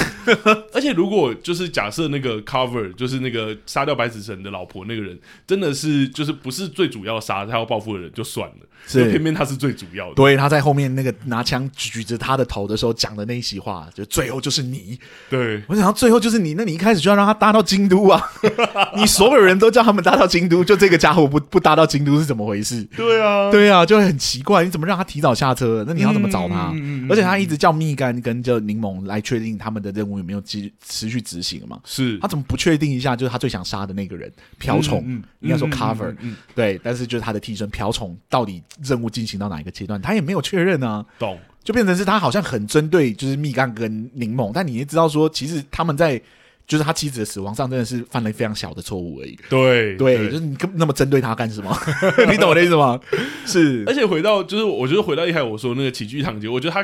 Speaker 2: 而且如果就是假设那个 cover 就是那个杀掉白死神的老婆那个人，真的是就是不是最主要杀他要报复的人就算了，
Speaker 3: 是
Speaker 2: 就偏偏他是最主要的。
Speaker 3: 对，他在后面那个拿枪举着他的头的时候讲的那一席话，就最后就是你。
Speaker 2: 对
Speaker 3: 我想到最后就是你，那你一开始就要让他搭到京都啊！
Speaker 2: [LAUGHS]
Speaker 3: 你所有人都叫他们搭到京都，就这个家伙不不搭到京都是怎么回事？
Speaker 2: 对啊，
Speaker 3: 对啊，就会很奇怪，你怎么让他提早下车？那你要怎么找他？
Speaker 2: 嗯嗯嗯
Speaker 3: 而且他一直叫蜜柑跟叫柠檬来确定他们的任务有没有继持续执行嘛？
Speaker 2: 是
Speaker 3: 他怎么不确定一下？就是他最想杀的那个人瓢虫，
Speaker 2: 嗯嗯
Speaker 3: 应该说
Speaker 2: 嗯嗯
Speaker 3: cover，、
Speaker 2: 嗯嗯
Speaker 3: 对，但是就是他的替身瓢虫到底任务进行到哪一个阶段，他也没有确认啊。
Speaker 2: 懂
Speaker 3: 就变成是他好像很针对就是蜜柑跟柠檬，但你也知道说，其实他们在就是他妻子的死亡上真的是犯了非常小的错误而已。
Speaker 2: 对
Speaker 3: 对，就是你根本那么针对他干什么？ [LAUGHS] 你懂我的意思吗？是
Speaker 2: 而且回到就是，我觉得回到一开始我说那个起居堂节，我觉得他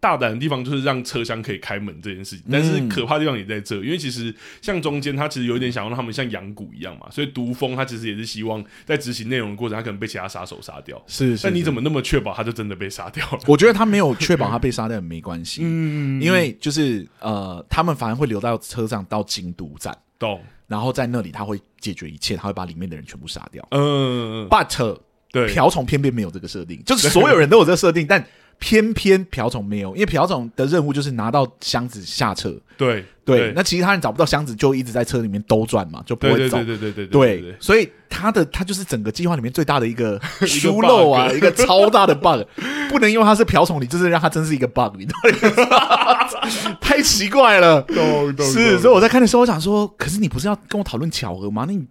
Speaker 2: 大胆的地方就是让车厢可以开门这件事情，但是
Speaker 3: 嗯
Speaker 2: 可怕的地方也在这，因为其实像中间他其实有点想要让他们像养蛊一样嘛，所以毒蜂他其实也是希望在执行内容的过程，他可能被其他杀手杀掉。
Speaker 3: 是是，
Speaker 2: 但你
Speaker 3: 么？
Speaker 2: 怎么那么确保他就真的被杀掉了？
Speaker 3: 我觉得他没有确保他被杀掉也没关系，
Speaker 2: 嗯
Speaker 3: 因为就是呃，他们反而会留到车上到京都站， [LAUGHS]
Speaker 2: 懂，
Speaker 3: 然后在那里他会解决一切，他会把里面的人全部杀掉。
Speaker 2: 嗯，
Speaker 3: But 呃
Speaker 2: 对，
Speaker 3: 瓢虫偏偏没有这个设定，就是所有人都有这个设定，但偏偏瓢虫没有，因为瓢虫的任务就是拿到箱子下车。
Speaker 2: 对，
Speaker 3: 对，那其他人找不到箱子，就一直在车里面兜转嘛，就不
Speaker 2: 对
Speaker 3: 会
Speaker 2: 对
Speaker 3: 走
Speaker 2: 对。对对对对，
Speaker 3: 所以他的他就是整个计划里面最大的一
Speaker 2: [LAUGHS]
Speaker 3: 个疏
Speaker 2: bug
Speaker 3: 漏啊，一个 [LAUGHS] 超大的 bug，不能因为他是瓢虫，你就是让他真是一个 bug，你知道吗？ [LAUGHS] 太奇怪了。
Speaker 2: 懂懂
Speaker 3: 是，所以我在看的时候，我想说，可是你不是要跟我讨论巧合吗？那你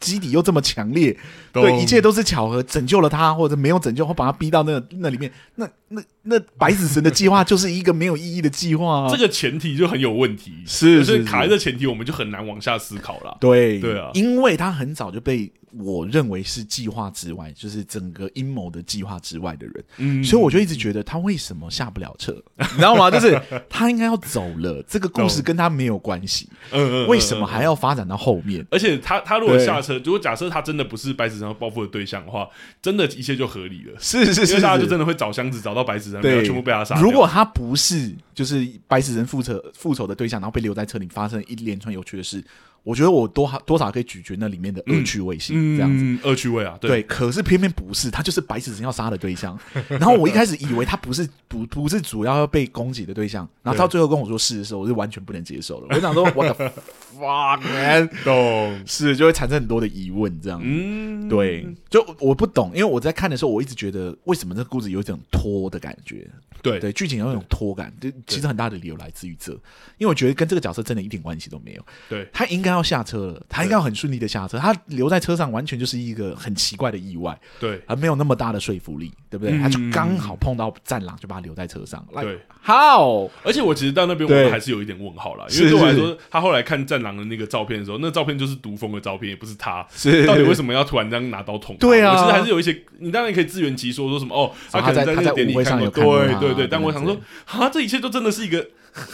Speaker 3: 基底又这么强烈，对，
Speaker 2: 懂
Speaker 3: 一切都是巧合，拯救了他，或者没有拯救，或把他逼到那那里面，那那那白死神的计划就是一个没有意义的计划啊。
Speaker 2: 这个前提就很有问题，
Speaker 3: 是
Speaker 2: 就是是
Speaker 3: 是
Speaker 2: 卡在这前提，我们就很难往下思考了。
Speaker 3: 对
Speaker 2: 对啊
Speaker 3: 因为他很早就被我认为是计划之外，就是整个阴谋的计划之外的人，
Speaker 2: 嗯
Speaker 3: 所以我就一直觉得他为什么下不了车，你知道
Speaker 2: [LAUGHS]
Speaker 3: 吗？就是他应该要走了，这个故事
Speaker 2: 懂
Speaker 3: 跟他没有关系，
Speaker 2: 嗯嗯，
Speaker 3: 为什
Speaker 2: 嗯
Speaker 3: 么还要发展到后面？
Speaker 2: 而且他他如果
Speaker 3: 对
Speaker 2: 下车，如果假设他真的不是白纸神要报复的对象的话，真的一切就合理了。
Speaker 3: 是是
Speaker 2: 因
Speaker 3: 是，
Speaker 2: 为大家就是真的会找箱子找到白纸神，然后
Speaker 3: 对，
Speaker 2: 全部被他杀掉。
Speaker 3: 如果他不是就是白死神复仇复仇的对象，然后被留在车里，发生一连串有趣的事，我觉得我多多少可以咀嚼那里面的恶趣味性，
Speaker 2: 嗯
Speaker 3: 这样子。
Speaker 2: 恶趣味啊，
Speaker 3: 对，可是偏偏不是，他就是白死神要杀的对象。 [LAUGHS] 然后我一开始以为他不是不不是主要要被攻击的对象，然后到
Speaker 2: 对
Speaker 3: 最后跟我说是的时候，我就完全不能接受了。我想说，what
Speaker 2: [LAUGHS]
Speaker 3: the fuck man？
Speaker 2: 懂，
Speaker 3: 是就会产生很多的疑问，这样。
Speaker 2: 嗯，
Speaker 3: 对，就我不懂，因为我在看的时候，我一直觉得为什么这个故事有一种拖的感觉，
Speaker 2: 对
Speaker 3: 对，剧情有一种拖感，就其实很大的理由来自于这，因为我觉得跟这个角色真的一点关系都没有。
Speaker 2: 对
Speaker 3: 他应该要下车了，他应该要很顺利的下车，他留在车上完全就是一个很奇怪的意外，
Speaker 2: 对
Speaker 3: 而没有那么大的说服力，对不对？
Speaker 2: 嗯
Speaker 3: 他就刚好碰到战狼，就把他留在车上。来
Speaker 2: 对，
Speaker 3: ，How？
Speaker 2: 而且我其实到那边
Speaker 3: 对
Speaker 2: 我还是有一点问号啦，因
Speaker 3: 是
Speaker 2: 为对我来
Speaker 3: 是
Speaker 2: 说，他后来看战狼的那个照片的时候，那照片就是毒蜂的照片，也不是他。
Speaker 3: 是
Speaker 2: 到底为什么要突然这样拿刀捅他？
Speaker 3: 对啊
Speaker 2: 我其实还是有一些，你当然可以自圆其说，说什么哦，
Speaker 3: 说
Speaker 2: 可能
Speaker 3: 他在
Speaker 2: 那
Speaker 3: 他
Speaker 2: 个
Speaker 3: 在
Speaker 2: 典礼
Speaker 3: 舞会上
Speaker 2: 过，
Speaker 3: 有看过
Speaker 2: 对
Speaker 3: 他
Speaker 2: 对对。但
Speaker 3: 对
Speaker 2: 我想
Speaker 3: 对
Speaker 2: 说，啊，这一切都真的是一个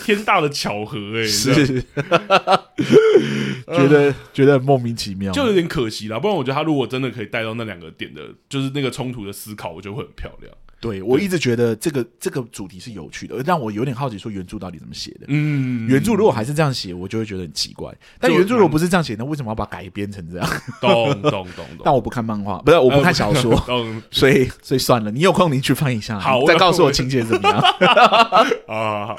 Speaker 2: 天大的巧合哎、这样
Speaker 3: 是
Speaker 2: [LAUGHS]
Speaker 3: 觉得觉得莫名其妙，
Speaker 2: 就有点可惜啦。不然我觉得他如果真的可以带到那两个点的，就是那个冲突的思考，我觉得会很漂亮。
Speaker 3: 对我一直觉得这个这个主题是有趣的，而让我有点好奇说原著到底怎么写的。
Speaker 2: 嗯，
Speaker 3: 原著如果还是这样写，我就会觉得很奇怪。但
Speaker 2: 就
Speaker 3: 原著如果不是这样写，那为什么要把它改编成这
Speaker 2: [LAUGHS]
Speaker 3: 样？
Speaker 2: 懂懂懂懂，
Speaker 3: [LAUGHS] 但我不看漫画，不是我不看小说， [LAUGHS]
Speaker 2: [LAUGHS] 懂
Speaker 3: 所以所以算了。你有空你去翻一下，
Speaker 2: 好
Speaker 3: 你
Speaker 2: 我
Speaker 3: 再告诉我情节怎么样。
Speaker 2: 啊，好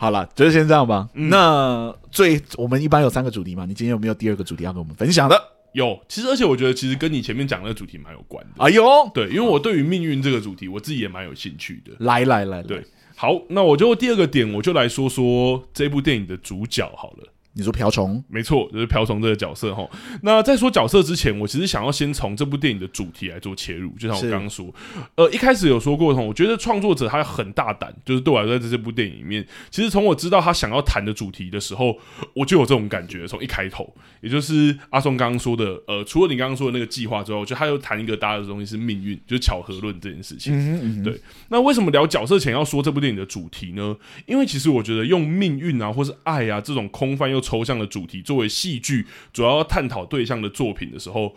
Speaker 3: [LAUGHS] 好了，就是先这样吧。
Speaker 2: 嗯
Speaker 3: 那最我们一般有三个主题嘛，你今天有没有第二个主题要跟我们分享的？
Speaker 2: 有。其实而且我觉得，其实跟你前面讲的那个主题蛮有关的。
Speaker 3: 哎呦，
Speaker 2: 对，因为我对于命运这个主题，我自己也蛮有兴趣的。
Speaker 3: 来来来来
Speaker 2: 对，好，那我就第二个点，我就来说说这部电影的主角好了。
Speaker 3: 你说瓢虫
Speaker 2: 没错，就是瓢虫这个角色哈。那在说角色之前，我其实想要先从这部电影的主题来做切入，就像我
Speaker 3: 是
Speaker 2: 刚刚说，呃，一开始有说过哈，我觉得创作者他很大胆，就是对我来说，在这部电影里面，其实从我知道他想要谈的主题的时候，我就有这种感觉，从一开头，也就是阿松刚刚说的，呃，除了你刚刚说的那个计划之后，我觉得他又谈一个大家的东西是命运，就是巧合论这件事情。对，那为什么聊角色前要说这部电影的主题呢？因为其实我觉得用命运啊，或是爱啊这种空泛又抽象的主题作为戏剧主要探讨对象的作品的时候，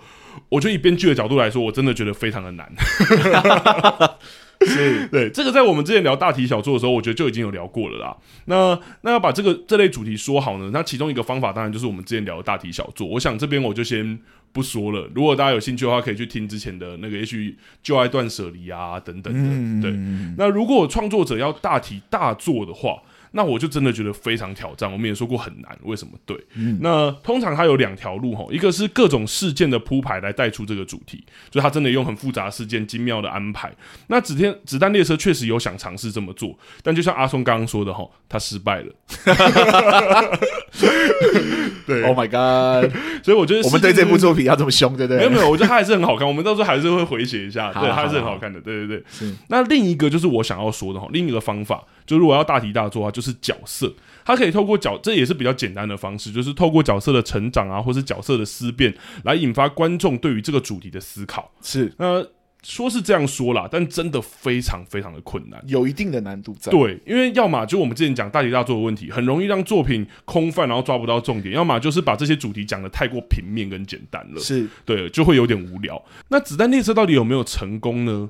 Speaker 2: 我觉得以编剧的角度来说，我真的觉得非常的难。 [LAUGHS]
Speaker 3: 是
Speaker 2: 对，这个在我们之前聊大题小做的时候，我觉得就已经有聊过了啦。那那要把这个这类主题说好呢，那其中一个方法当然就是我们之前聊的大题小做。我想这边我就先不说了，如果大家有兴趣的话，可以去听之前的那个，也许旧爱断舍离啊等等的。对，那如果创作者要大题大做的话。那我就真的觉得非常挑战，我们也说过很难，为什么？对，那通常它有两条路吼，一个是各种事件的铺排来带出这个主题，就它真的用很复杂的事件精妙的安排，那子天子弹列车确实有想尝试这么做，但就像阿松刚刚说的哈，他失败了。对
Speaker 3: ，Oh my God！
Speaker 2: [LAUGHS] 所以我觉得
Speaker 3: 我们对这部
Speaker 2: 做
Speaker 3: 作品要这么凶，对不
Speaker 2: 没
Speaker 3: 对
Speaker 2: 有？没有，我觉得它还是很好看，我们到时候还是会回血一下，
Speaker 3: 好
Speaker 2: 对，
Speaker 3: 好
Speaker 2: 它还是很
Speaker 3: 好
Speaker 2: 好看的，对对
Speaker 3: 是
Speaker 2: 对。那另一个就是我想要说的哈，另一个方法就如果要大题大做啊，就是角色，它可以透过角，这也是比较简单的方式，就是透过角色的成长啊，或是角色的思辨，来引发观众对于这个主题的思考。
Speaker 3: 是
Speaker 2: 那说是这样说啦，但真的非常非常的困难。
Speaker 3: 有一定的难度在。
Speaker 2: 对，因为要么就我们之前讲大题大做的问题，很容易让作品空泛，然后抓不到重点；要么就是把这些主题讲的太过平面跟简单了，
Speaker 3: 是
Speaker 2: 对，就会有点无聊。那子弹列车到底有没有成功呢？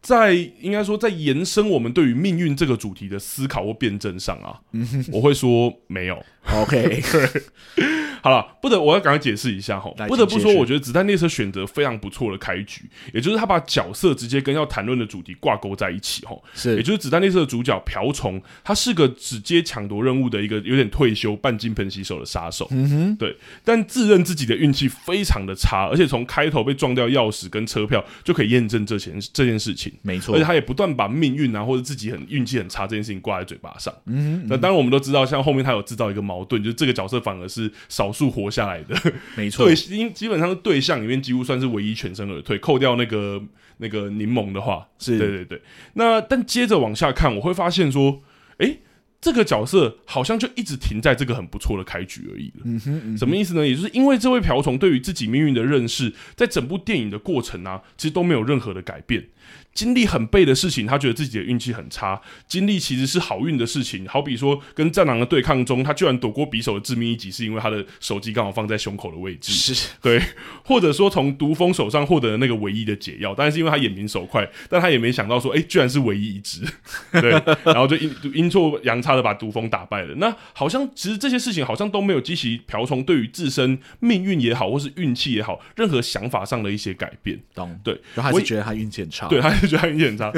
Speaker 2: 在应该说，在延伸我们对于命运这个主题的思考或辩证上啊，
Speaker 3: 嗯
Speaker 2: 我会说没有。 [LAUGHS]
Speaker 3: OK，
Speaker 2: 好了，不得我要赶快解释一下哈
Speaker 3: 来，
Speaker 2: 不得不
Speaker 3: 请解
Speaker 2: 说，
Speaker 3: 释
Speaker 2: 我觉得《子弹列车》选择非常不错的开局，也就是他把角色直接跟要谈论的主题挂钩在一起哈。也
Speaker 3: 是
Speaker 2: 就是《子弹列车》的主角瓢虫，他是个只接抢夺任务的一个有点退休、半金盆洗手的杀手。嗯哼，对，但自认自己的运气非常的差，而且从开头被撞掉钥匙跟车票就可以验证这件这件事情。
Speaker 3: 没错
Speaker 2: 而且，他也不断把命运啊，或者自己很运气很差这件事情挂在嘴巴上。嗯，那当然我们都知道，像后面他有制造一个矛盾，就是这个角色反而是少数活下来的，
Speaker 3: 没错
Speaker 2: 对，，基基本上是对象里面几乎算是唯一全身而退，扣掉那个那个柠檬的话，
Speaker 3: 是
Speaker 2: 对对对。那但接着往下看，我会发现说，诶，这个角色好像就一直停在这个很不错的开局而已了。
Speaker 3: 嗯哼，嗯
Speaker 2: 什么意思呢？也就是因为这位瓢虫对于自己命运的认识，在整部电影的过程啊，其实都没有任何的改变。经历很背的事情，他觉得自己的运气很差；经历其实是好运的事情，好比说跟战狼的对抗中，他居然躲过匕首的致命一击，是因为他的手机刚好放在胸口的位置。
Speaker 3: 是
Speaker 2: 对，或者说从毒蜂手上获得的那个唯一的解药，但是因为他眼明手快，但他也没想到说，哎、居然是唯一一只， [LAUGHS] 对，然后就阴阴错阳差的把毒蜂打败了。那好像其实这些事情好像都没有激起瓢虫对于自身命运也好，或是运气也好，任何想法上的一些改变。
Speaker 3: 懂
Speaker 2: 对，
Speaker 3: 然后还
Speaker 2: 我
Speaker 3: 是
Speaker 2: 也
Speaker 3: 觉得他运气很差。
Speaker 2: 对，他 [LAUGHS] 就觉得他运气很差。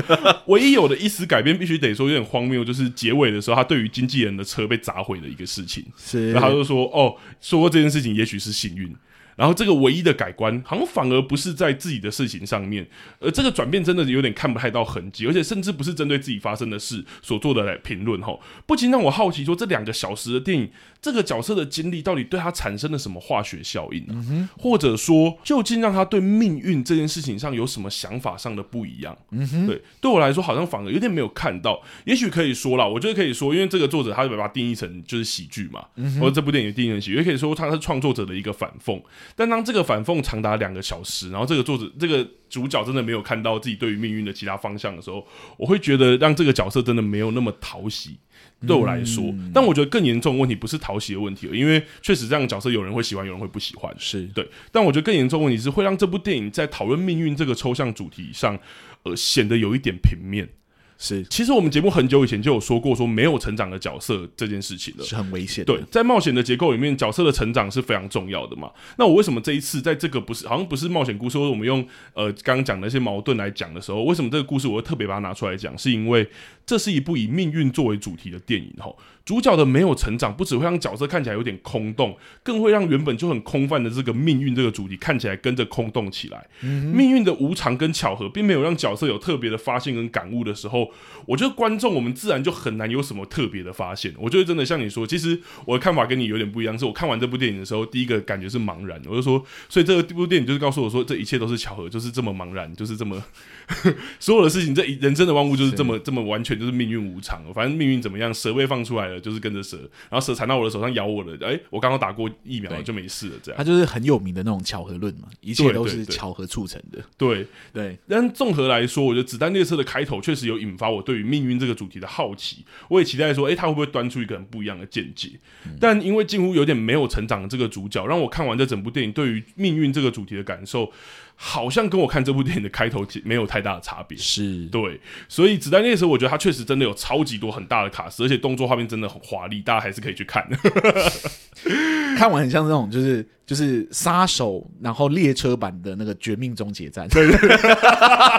Speaker 2: 唯一有的一丝改变，必须得说有点荒谬，就是结尾的时候，他对于经纪人的车被砸毁的一个事情。
Speaker 3: 是
Speaker 2: 然后他就说：“哦，说这件事情也许是幸运。”然后这个唯一的改观，好像反而不是在自己的事情上面，而这个转变真的有点看不太到痕迹，而且甚至不是针对自己发生的事所做的来评论吼，不禁让我好奇说，这两个小时的电影，这个角色的经历到底对他产生了什么化学效应、啊，或者说，究竟让他对命运这件事情上有什么想法上的不一样？对，对我来说好像反而有点没有看到。也许可以说啦，我觉得可以说，因为这个作者他就把它定义成就是喜剧嘛，或者这部电影定义成喜剧，也可以说它是创作者的一个反讽。但当这个反讽长达两个小时，然后这个作者这个主角真的没有看到自己对于命运的其他方向的时候，我会觉得让这个角色真的没有那么讨喜。对我来说，但我觉得更严重的问题不是讨喜的问题了，因为确实这样的角色有人会喜欢，有人会不喜欢。
Speaker 3: 是
Speaker 2: 对，但我觉得更严重的问题是会让这部电影在讨论命运这个抽象主题上，呃，显得有一点平面。
Speaker 3: 是
Speaker 2: 其实我们节目很久以前就有说过，说没有成长的角色这件事情了。
Speaker 3: 是很危险的，
Speaker 2: 对，在冒险的结构里面，角色的成长是非常重要的嘛。那我为什么这一次在这个不是好像不是冒险故事，或者我们用呃刚刚讲的一些矛盾来讲的时候，为什么这个故事我会特别把它拿出来讲？是因为这是一部以命运作为主题的电影吼。主角的没有成长，不只会让角色看起来有点空洞，更会让原本就很空泛的这个命运这个主题看起来跟着空洞起来。命运的无常跟巧合，并没有让角色有特别的发现跟感悟的时候，我觉得观众我们自然就很难有什么特别的发现。我觉得真的像你说，其实我的看法跟你有点不一样，是我看完这部电影的时候，第一个感觉是茫然，我就说，所以这部电影就是告诉我说，这一切都是巧合，就是这么茫然，就是这么 [LAUGHS] 所有的事情，这一人生的万物就是这么这么完全就是命运无常，反正命运怎么样，蛇被放出来了就是跟着蛇，然后蛇缠到我的手上咬我了，哎、我刚刚打过疫苗
Speaker 3: 对
Speaker 2: 就没事了，这样
Speaker 3: 它就是很有名的那种巧合论嘛，一切都
Speaker 2: 对
Speaker 3: 是
Speaker 2: 对
Speaker 3: 巧合促成的。
Speaker 2: 对。
Speaker 3: 对，
Speaker 2: 但综合来说，我觉得《子弹列车》的开头确实有引发我对于命运这个主题的好奇，我也期待说，诶、他会不会端出一个很不一样的见解？但因为近乎有点没有成长的这个主角，让我看完这整部电影对于命运这个主题的感受，好像跟我看这部电影的开头其没有太大的差别。
Speaker 3: 是
Speaker 2: 对，所以《子弹列车》我觉得它确实真的有超级多很大的卡司，而且动作画面真的很华丽，大家还是可以去看。 [LAUGHS]
Speaker 3: 看完很像那种就是就是杀手，然后列车版的那个《绝命终结战》， [LAUGHS]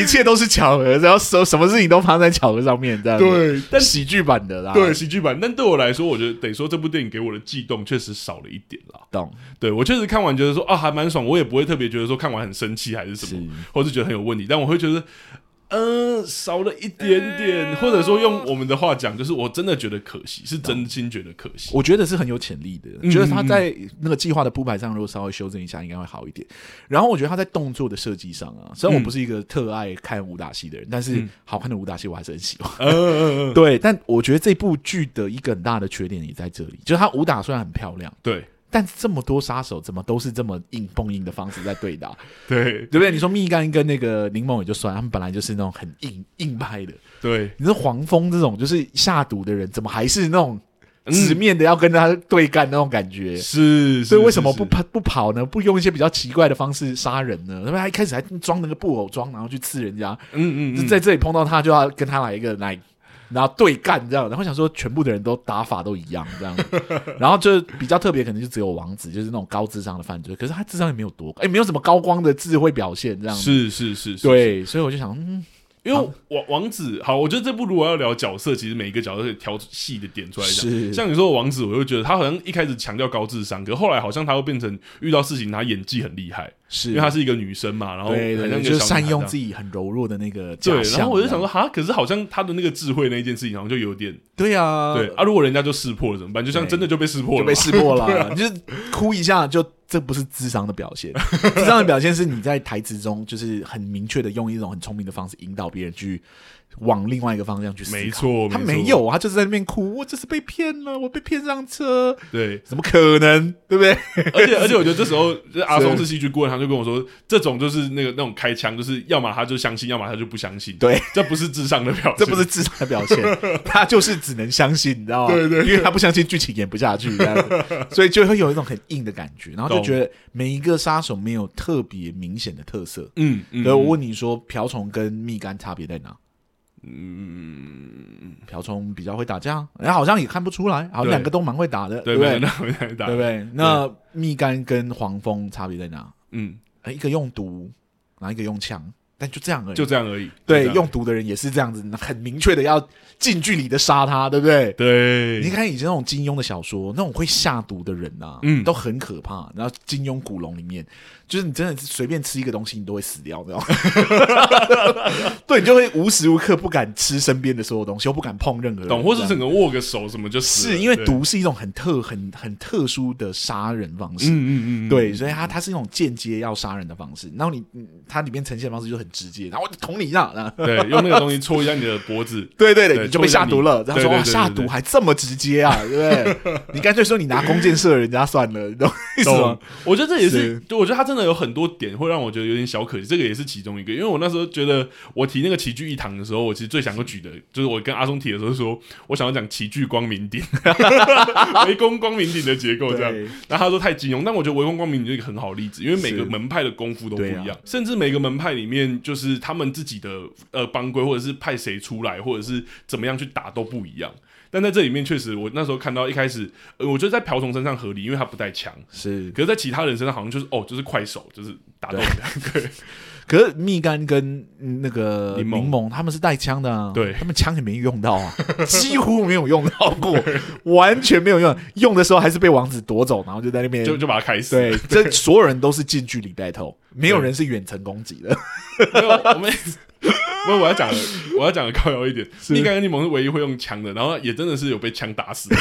Speaker 3: 一切都是巧合，然后什什么事情都发生在巧合上面，这样子
Speaker 2: 对但
Speaker 3: 喜剧版的啦，
Speaker 2: 对，，喜剧版，但对我来说，我觉得得说这部电影给我的悸动确实少了一点啦。
Speaker 3: 懂
Speaker 2: 对我确实看完觉得说啊还蛮爽，我也不会特别觉得说看完很生气还是什么，或是觉得很有问题，但我会觉得。嗯，少了一点点，或者说用我们的话讲，就是我真的觉得可惜，是真心觉得可惜。
Speaker 3: 我觉得是很有潜力的，
Speaker 2: 嗯
Speaker 3: 觉得他在那个计划的铺排上，如果稍微修正一下，应该会好一点。然后我觉得他在动作的设计上啊，
Speaker 2: 嗯
Speaker 3: 虽然我不是一个特爱看武打戏的人，但是好看的武打戏我还是很喜欢。
Speaker 2: [LAUGHS] 嗯，
Speaker 3: [LAUGHS] 对，但我觉得这部剧的一个很大的缺点也在这里，就是它武打虽然很漂亮，
Speaker 2: 对
Speaker 3: 但这么多杀手怎么都是这么硬碰硬的方式在对打，
Speaker 2: 对
Speaker 3: 对不对？你说蜜柑跟那个柠檬也就算，他们本来就是那种很硬硬派的。
Speaker 2: 对，
Speaker 3: 你说黄蜂这种就是下毒的人，怎么还是那种
Speaker 2: 嗯
Speaker 3: 直面的要跟他对干那种感觉？
Speaker 2: 是。
Speaker 3: 所以
Speaker 2: 是
Speaker 3: 为什么
Speaker 2: 是
Speaker 3: 不跑不跑呢？不用一些比较奇怪的方式杀人呢？他们还一开始还装那个布偶装，然后去刺人家，
Speaker 2: 嗯嗯
Speaker 3: 就
Speaker 2: 嗯，
Speaker 3: 在这里碰到他就要跟他来一个来，然后对干这样，然后想说全部的人都打法都一样这样， [LAUGHS] 然后就比较特别，可能就只有王子就是那种高智商的犯罪，可是他智商也没有多高，哎，没有什么高光的智慧表现这样，
Speaker 2: 是是是是，
Speaker 3: 对，所以我就想，嗯，
Speaker 2: 因为王王子好，我觉得这部如果要聊角色，其实每一个角色可以挑细的点出来讲。
Speaker 3: 是
Speaker 2: 像你说的王子，我就觉得他好像一开始强调高智商，可后来好像他又变成遇到事情，他演技很厉害，
Speaker 3: 是
Speaker 2: 因为她是一个女生嘛，然后
Speaker 3: 对对
Speaker 2: 很像
Speaker 3: 对，
Speaker 2: 一
Speaker 3: 就
Speaker 2: 个
Speaker 3: 是
Speaker 2: 小
Speaker 3: 善
Speaker 2: 女孩
Speaker 3: 用
Speaker 2: 这样
Speaker 3: 自己很柔弱的那个假
Speaker 2: 对，
Speaker 3: 象，
Speaker 2: 然后我就想说，
Speaker 3: 这样，
Speaker 2: 哈，可是好像她的那个智慧那一件事情，好像就有点
Speaker 3: 对啊，
Speaker 2: 对啊。如果人家就识破了怎么办？就像
Speaker 3: 对
Speaker 2: 真的就被识破了
Speaker 3: 就
Speaker 2: 啊
Speaker 3: 被
Speaker 2: 嘛，
Speaker 3: 识
Speaker 2: [LAUGHS]
Speaker 3: 破了、你就是哭一下就。这不是智商的表现，智商的表现是你在台词中就是很明确的用一种很聪明的方式引导别人去往另外一个方向去思考。
Speaker 2: 没错，
Speaker 3: 他
Speaker 2: 错
Speaker 3: 没，有，他就是在那边哭，我就是被骗了，我被骗上车，
Speaker 2: 对，
Speaker 3: 怎么可能？对不对？
Speaker 2: 而且而且，我觉得这时
Speaker 3: [LAUGHS]
Speaker 2: 候就是阿
Speaker 3: 是
Speaker 2: 松是戏剧顾问，他就跟我说，这种就是那个那种开枪，就是要么他就相信，要么他就不相信。
Speaker 3: 对，
Speaker 2: 这不是智商的表现，
Speaker 3: 这不是智商的表现，他就是只能相信，你知道吗？对对，因为他不相信剧情演不下去，这样子，所以就会有一种很硬的感觉，然后就
Speaker 2: 懂
Speaker 3: 觉得每一个杀手没有特别明显的特色。
Speaker 2: 嗯嗯，
Speaker 3: 所以我问你说，瓢虫跟蜜柑差别在哪？
Speaker 2: 嗯
Speaker 3: 嗯，瓢虫比较会打架，然后好像也看不出来，好像
Speaker 2: 对
Speaker 3: 两个都蛮会打的，
Speaker 2: 对
Speaker 3: 不
Speaker 2: 没
Speaker 3: 对？
Speaker 2: 那没太大
Speaker 3: 对不，对？那蜜柑跟黄蜂差别在哪？哎
Speaker 2: 嗯，
Speaker 3: 呃一个用毒，然后一个用枪，但就这样而已。
Speaker 2: 就这样而已。
Speaker 3: 对
Speaker 2: 就这，样
Speaker 3: 用毒的人也是这样子，很明确的要近距离的杀他，对不对？
Speaker 2: 对，
Speaker 3: 你看以前那种金庸的小说，那种会下毒的人呐、
Speaker 2: 嗯
Speaker 3: 都很可怕。然后金庸古龙里面，就是你真的是随便吃一个东西，你都会死掉，那种。
Speaker 2: [LAUGHS]
Speaker 3: 对，你就会无时无刻不敢吃身边的所有东西，又不敢碰任何人。
Speaker 2: 懂，或是
Speaker 3: 这
Speaker 2: 整
Speaker 3: 样
Speaker 2: 个握个手什么就死了
Speaker 3: 是因为，
Speaker 2: 对
Speaker 3: 毒是一种很特、很很特殊的杀人方
Speaker 2: 嗯
Speaker 3: 式。
Speaker 2: 嗯嗯，嗯，
Speaker 3: 对，所以它它是一种间接要杀人的方式，然后你嗯它里面呈现的方式就很直接，然后我就捅你一下，啊然后
Speaker 2: [LAUGHS] 对，用那个东西戳一下你的脖 [LAUGHS] 子，
Speaker 3: 对对对，
Speaker 2: 对
Speaker 3: 你就被下毒了。
Speaker 2: 就
Speaker 3: 然
Speaker 2: 会
Speaker 3: 后
Speaker 2: 让你
Speaker 3: 说
Speaker 2: 对对对
Speaker 3: 哇，下
Speaker 2: 对对
Speaker 3: 毒还这么直接啊，对不对？
Speaker 2: [LAUGHS]
Speaker 3: 你干脆说你拿弓箭射人家算了，你懂意思吗
Speaker 2: 懂？？我觉得这也是
Speaker 3: 是，
Speaker 2: 就我觉得他真的有很多点会让我觉得有点小可惜，这个也是其中一个。因为我那时候觉得我提那个齐聚一堂的时候，我其实最想要举的就是我跟阿松提的时候说，我想要讲齐聚光明顶， [LAUGHS] 围攻光明顶的结构这样
Speaker 3: 对。
Speaker 2: [LAUGHS] 然后他说太金庸，但我觉得围攻光明顶是一个很好的例子，因为每个
Speaker 3: 是
Speaker 2: 门派的功夫都不一样，
Speaker 3: 对啊
Speaker 2: 甚至每个门派里面就是他们自己的呃帮规，或者是派谁出来，或者是怎么样去打都不一样。但在这里面，确实我那时候看到一开始，呃，我觉得在朴崇身上合理，因为他不带枪。
Speaker 3: 是，
Speaker 2: 可是，在其他人身上好像就是哦，就是快手，就是打斗的，对
Speaker 3: 可是蜜柑跟嗯那个
Speaker 2: 柠
Speaker 3: 柠
Speaker 2: 檬
Speaker 3: 檬他们是带枪的啊，
Speaker 2: 对
Speaker 3: 他们枪也没用
Speaker 2: [LAUGHS]
Speaker 3: 到啊，几乎没有用到过，完全没有用，用的时候还是被王子夺走，然后就在那边
Speaker 2: 就就把他开死。
Speaker 3: 对，这所有人都是近距离带头，没有人是远程攻击的。
Speaker 2: [LAUGHS] 没有，我
Speaker 3: [LAUGHS]
Speaker 2: 们。不，我要讲的，我要讲的高调一点。蜜柑跟柠檬是唯一会用枪的，然后也真的是有被枪打死的。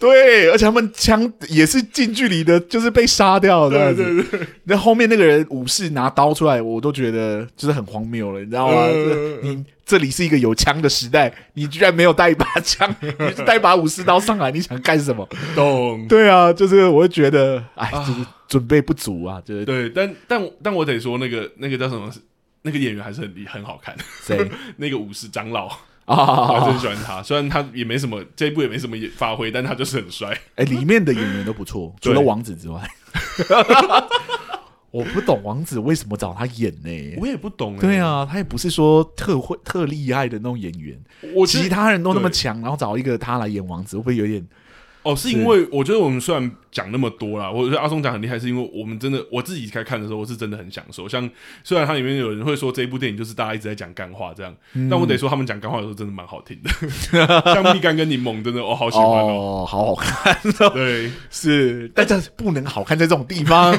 Speaker 3: 对，而且他们枪也是近距离的，就是被杀掉的。对对对。那后面那个人武士拿刀出来，我都觉得就是很荒谬了，你知道吗？
Speaker 2: 嗯
Speaker 3: 这你这里是一个有枪的时代，你居然没有带一把 [LAUGHS] 枪，你就带一把武士刀上来，你想干什 [LAUGHS] 么？
Speaker 2: 懂？
Speaker 3: 对啊，就是我会觉得，哎，就是准备不足啊，就是
Speaker 2: 对，但但但我得说，那个那个叫什么，那个演员还是很厉很好看。 [LAUGHS]
Speaker 3: 谁
Speaker 2: 那个武士长老，我还
Speaker 3: [LAUGHS] 啊
Speaker 2: 真？喜欢他。虽然他也没什么，这一部也没什么发挥，但他就是很帅。
Speaker 3: 哎，里面的演员都不错，除了
Speaker 2: 对
Speaker 3: 王子之外， [LAUGHS] 我不懂王子为什么找他演呢、
Speaker 2: 我也不 [LAUGHS] 懂、欸，
Speaker 3: 对，啊，他也不是说特会特厉害的那种演员，
Speaker 2: 我觉得
Speaker 3: 其他人都那么强，然后找一个他来演王子，会不会有点
Speaker 2: 哦，是因为我觉得我们虽然讲那么多啦，我觉得阿松讲很厉害，是因为我们真的我自己在看的时候，我是真的很享受。像虽然它里面有人会说这一部电影就是大家一直在讲干话这样，但我得说他们讲干话的时候真的蛮好听的， [LAUGHS] 像蜜柑跟柠檬真的我、哦、好喜欢哦。
Speaker 3: 哦，好好看？
Speaker 2: 对，
Speaker 3: 是，但这不能好看在这种地方，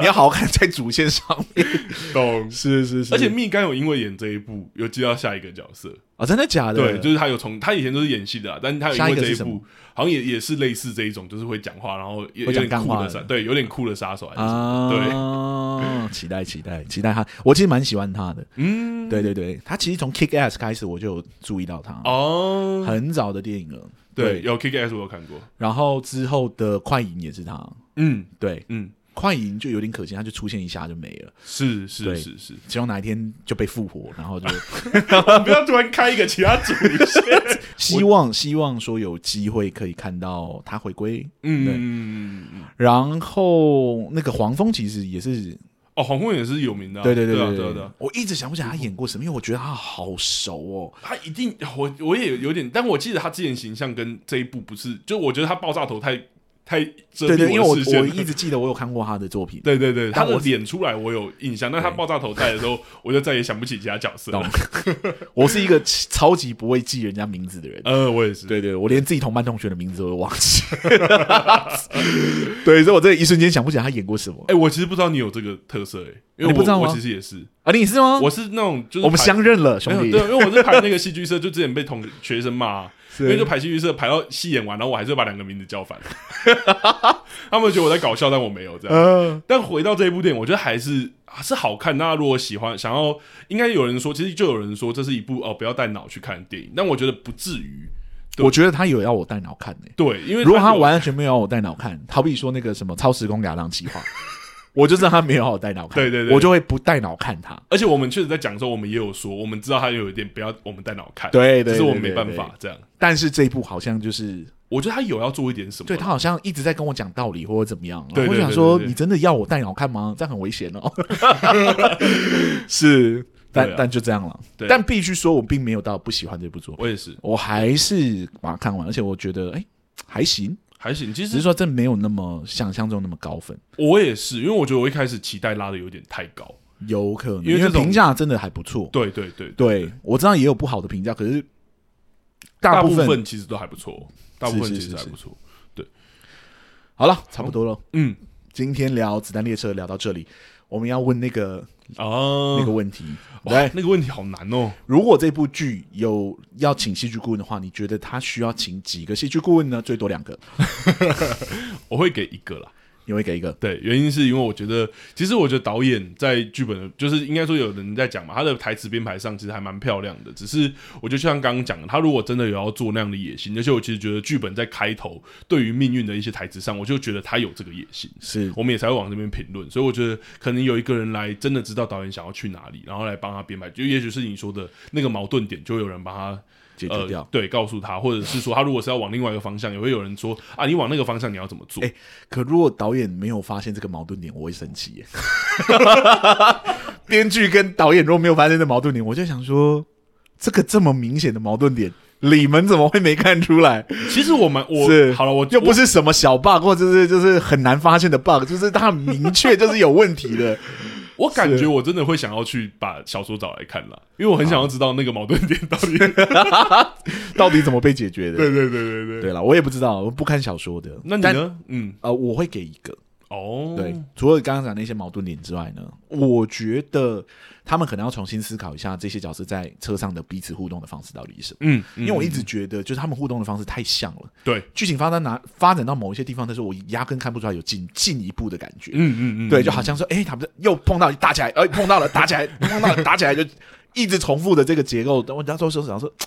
Speaker 3: 你要好看在主线上面。
Speaker 2: 懂。
Speaker 3: 是是是，
Speaker 2: 而且蜜柑有因为演这一部有接到下一个角色，
Speaker 3: 哦，真的假的？
Speaker 2: 对，就是他有从他以前都是演戏的啦，啊但他有因
Speaker 3: 下
Speaker 2: 为
Speaker 3: 一个
Speaker 2: 这
Speaker 3: 是
Speaker 2: 一
Speaker 3: 什么
Speaker 2: 部好像也也是类似这一种，就是会讲话，然后有有
Speaker 3: 会讲
Speaker 2: 点
Speaker 3: 干
Speaker 2: 酷
Speaker 3: 话
Speaker 2: 的
Speaker 3: 的
Speaker 2: 杀，对，有点酷的杀手还是什么，
Speaker 3: 啊，期待期待期待他，我其实蛮喜欢他的。
Speaker 2: 嗯，
Speaker 3: 对对对，他其实从 Kick Ass 开始我就有注意到他，
Speaker 2: 哦，
Speaker 3: 很早的电影了。
Speaker 2: 对，，有 Kick Ass 我有看过，
Speaker 3: 然后之后的快银也是他，
Speaker 2: 嗯
Speaker 3: 对，
Speaker 2: 嗯，
Speaker 3: 快银就有点可惜，他就出现一下就没了，
Speaker 2: 是是
Speaker 3: 对
Speaker 2: 是是， [LAUGHS]
Speaker 3: 只有哪一天就被复活，然后就
Speaker 2: 不要突然开一个其他主
Speaker 3: [LAUGHS]
Speaker 2: 线，
Speaker 3: 希望希望说有机会可以看到他回归。
Speaker 2: 嗯
Speaker 3: 对
Speaker 2: 嗯嗯，
Speaker 3: 然后那个黄蜂其实也是，
Speaker 2: 哦，黄昏也是有名的啊，
Speaker 3: 对对
Speaker 2: 对
Speaker 3: 对
Speaker 2: 啊
Speaker 3: 对
Speaker 2: 对啊对啊，
Speaker 3: 我一直想不起来他演过什么，因为我觉得他好熟哦。
Speaker 2: 他一定，我我也有点，但我记得他之前形象跟这一部不是，就我觉得他爆炸头太太遮
Speaker 3: 对对，
Speaker 2: 蔽
Speaker 3: 因为我
Speaker 2: 的视线
Speaker 3: 我
Speaker 2: 了
Speaker 3: 一。直记得我有看过他的作品。
Speaker 2: 对对对，他
Speaker 3: 但
Speaker 2: 的
Speaker 3: 我
Speaker 2: 脸出来我有印象，但他
Speaker 3: 对
Speaker 2: 爆炸头戴的时候，我就再也想不起其他角色了
Speaker 3: 懂。我是一个超级不会记人家名字的人。
Speaker 2: [LAUGHS] 呃，我也是，
Speaker 3: 对对，我连自己同班同学的名字都会忘记。 [LAUGHS] 对，所以我这一瞬间想不起来他演过什么。
Speaker 2: 哎，我其实不知道你有这个特色，哎，因为我
Speaker 3: 你不知道吗
Speaker 2: 我其实也是，
Speaker 3: 啊，你是吗？
Speaker 2: 我是那种就是
Speaker 3: 我们
Speaker 2: 排
Speaker 3: 相认了，
Speaker 2: 没
Speaker 3: 兄
Speaker 2: 有
Speaker 3: 弟。
Speaker 2: 对，因为我是排那个戏剧社，就之前被同学生骂、啊
Speaker 3: 是
Speaker 2: 因为就排戏剧社排到戏演完，然后我还是把两个名字叫反， [LAUGHS] 他们觉得我在搞笑，但我没有这样。
Speaker 3: 呃，
Speaker 2: 但回到这一部电影，我觉得还是还是好看。大家如果喜欢，想要应该有人说，其实就有人说这是一部哦不要带脑去看的电影，但我觉得不至于。对
Speaker 3: [LAUGHS] 我觉得他有要我带脑看呢、欸
Speaker 2: 对，因为
Speaker 3: 如果他
Speaker 2: 有，
Speaker 3: 完全没有要我带脑看，好比说那个什么超时空亚当计划，我就知道他没有要我带脑看，
Speaker 2: [LAUGHS] 对对对
Speaker 3: 我就会不带脑看他。
Speaker 2: 而且我们确实在讲的时候，我们也有说，我们知道他有一点不要我们带脑看，
Speaker 3: 对对
Speaker 2: 只是我们没
Speaker 3: 对对
Speaker 2: 办
Speaker 3: 对
Speaker 2: 法这样。
Speaker 3: 但是这一部好像就是，
Speaker 2: 我觉得他有要做一点什么啦，啊
Speaker 3: 对他好像一直在跟我讲道理或者怎么样，
Speaker 2: 对
Speaker 3: 然后我
Speaker 2: 对
Speaker 3: 想
Speaker 2: 对
Speaker 3: 说，
Speaker 2: 对对
Speaker 3: 你真的要我带脑看吗？这样很危险
Speaker 2: [LAUGHS]
Speaker 3: 哦。是，但、
Speaker 2: 对啊
Speaker 3: 但就这样了
Speaker 2: 对。
Speaker 3: 但必须说，我并没有到不喜欢这部作品，
Speaker 2: 我也是
Speaker 3: 我还是把它看完，而且我觉得，哎、还行，
Speaker 2: 还行。其
Speaker 3: 只是
Speaker 2: 实
Speaker 3: 说这没有那么想象中那么高分，
Speaker 2: 我也是，因为我觉得我一开始期待拉的有点太高。
Speaker 3: 有可能
Speaker 2: 因为
Speaker 3: 因
Speaker 2: 这
Speaker 3: 为
Speaker 2: 种
Speaker 3: 评价真的还不错。
Speaker 2: 对对对
Speaker 3: 对，我知道也有不好的评价，可是大
Speaker 2: 大
Speaker 3: 部分
Speaker 2: 分其实都还不错，大部分
Speaker 3: 是
Speaker 2: 其
Speaker 3: 是
Speaker 2: 实还
Speaker 3: 是
Speaker 2: 不错。
Speaker 3: 好了，差不多了。
Speaker 2: 嗯
Speaker 3: 今天聊子弹列车聊到这里，我们要问那个
Speaker 2: 啊
Speaker 3: 那个问题。
Speaker 2: 哇
Speaker 3: 对，，
Speaker 2: 那个问题好难哦。
Speaker 3: 如果这部剧有要请戏剧顾问的话，你觉得他需要请几个戏剧顾问呢？最多两个，
Speaker 2: 我会给一个啦。
Speaker 3: 你会给一个。
Speaker 2: 对，原因是因为我觉得，其实我觉得导演在剧本的，就是应该说有人在讲嘛，他的台词编排上其实还蛮漂亮的。只是我觉得就像刚刚讲的，他如果真的有要做那样的野心，而且我其实觉得剧本在开头对于命运的一些台词上，我就觉得他有这个野心，
Speaker 3: 是
Speaker 2: 我们也才会往这边评论。所以我觉得可能有一个人来真的知道导演想要去哪里，然后来帮他编排，就也许是你说的那个矛盾点，就有人帮他
Speaker 3: 解决掉
Speaker 2: 呃。对，告诉他，或者是说他如果是要往另外一个方向，也会有人说啊，你往那个方向你要怎么做？
Speaker 3: 哎可如果导演没有发现这个矛盾点，我会生气耶。 [LAUGHS] 编剧跟导演如果没有发现这矛盾点，我就想说，这个这么明显的矛盾点，你们怎么会没看出来？
Speaker 2: 其实我们我
Speaker 3: 是
Speaker 2: 好了，我
Speaker 3: 又不
Speaker 2: 我
Speaker 3: 是什么小 bug，或者是就是很难发现的 bug，就是它很明确就是有问题的。 [LAUGHS]
Speaker 2: 我感觉我真的会想要去把小说找来看了，因为我很想要知道那个矛盾点到
Speaker 3: [LAUGHS]
Speaker 2: 底。对
Speaker 3: 到底怎么被解决的？
Speaker 2: 对对对对。
Speaker 3: 对了，我也不知道，我不看小说的。
Speaker 2: 那你
Speaker 3: 但？
Speaker 2: 呢？嗯，
Speaker 3: 呃，我会给一个。
Speaker 2: 哦，
Speaker 3: 对，除了刚刚讲那些矛盾点之外呢，我觉得他们可能要重新思考一下这些角色在车上的彼此互动的方式到底是什么。
Speaker 2: 嗯，嗯，
Speaker 3: 因为我一直觉得，就是他们互动的方式太像了。
Speaker 2: 对，
Speaker 3: 剧情发展哪发展到某一些地方的时候，我压根看不出来有进进一步的感觉。
Speaker 2: 嗯嗯嗯，
Speaker 3: 对，就好像说，哎、他们又碰到打
Speaker 2: [LAUGHS]
Speaker 3: 起来，哎、碰到了打起来，碰到了打起来， [LAUGHS] 就一直重复的这个结构。等我到时候想说，嘖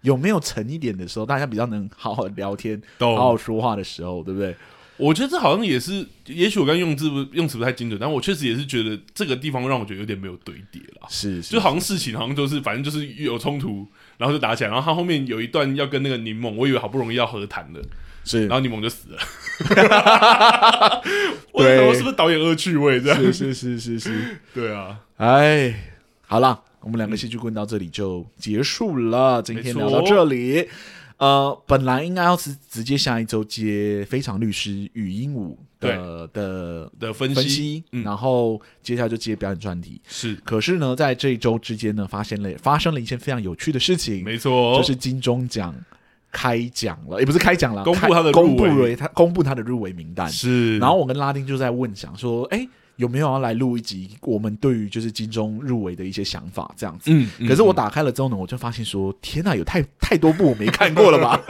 Speaker 3: 有没有沉一点的时候，大家比较能好好聊天、
Speaker 2: 懂
Speaker 3: 好好说话的时候，对不对？
Speaker 2: 我觉得这好像也是，也许我刚用字不用词不太精准，但我确实也是觉得这个地方让我觉得有点没有堆叠啦。
Speaker 3: 是，是
Speaker 2: 就好像事情好像就是反正就是有冲突，然后就打起来，然后他后面有一段要跟那个柠檬，我以为好不容易要和谈了，
Speaker 3: 是
Speaker 2: [LAUGHS] 然后柠檬就死了。我在想说是不是导演恶趣味这样？
Speaker 3: 是是是是是，
Speaker 2: 对啊，
Speaker 3: 哎，好了，我们两个戏剧棍到这里就结束了，今天
Speaker 2: 没
Speaker 3: 聊
Speaker 2: 错
Speaker 3: 到这里。呃，本来应该要是直接下一周接《非常律师与鹦鹉》的的
Speaker 2: 的分析
Speaker 3: 分析，
Speaker 2: 嗯
Speaker 3: 然后接下来就接表演专题。
Speaker 2: 是
Speaker 3: 可是呢，在这一周之间呢，发现了发生了一件非常有趣的事情，
Speaker 2: 没错，
Speaker 3: 就是金钟奖开奖了，也不是开奖了，
Speaker 2: 公布
Speaker 3: 开
Speaker 2: 他的入
Speaker 3: 公布
Speaker 2: 围
Speaker 3: 了他公布他的入围名单。
Speaker 2: 是，
Speaker 3: 然后我跟拉丁就在问，想说，哎，有没有要来录一集我们对于就是金钟入围的一些想法这样子？
Speaker 2: 嗯，
Speaker 3: 可是我打开了之后呢，我就发现说，天呐，有太太多部我没看过了
Speaker 2: [LAUGHS]
Speaker 3: 吧？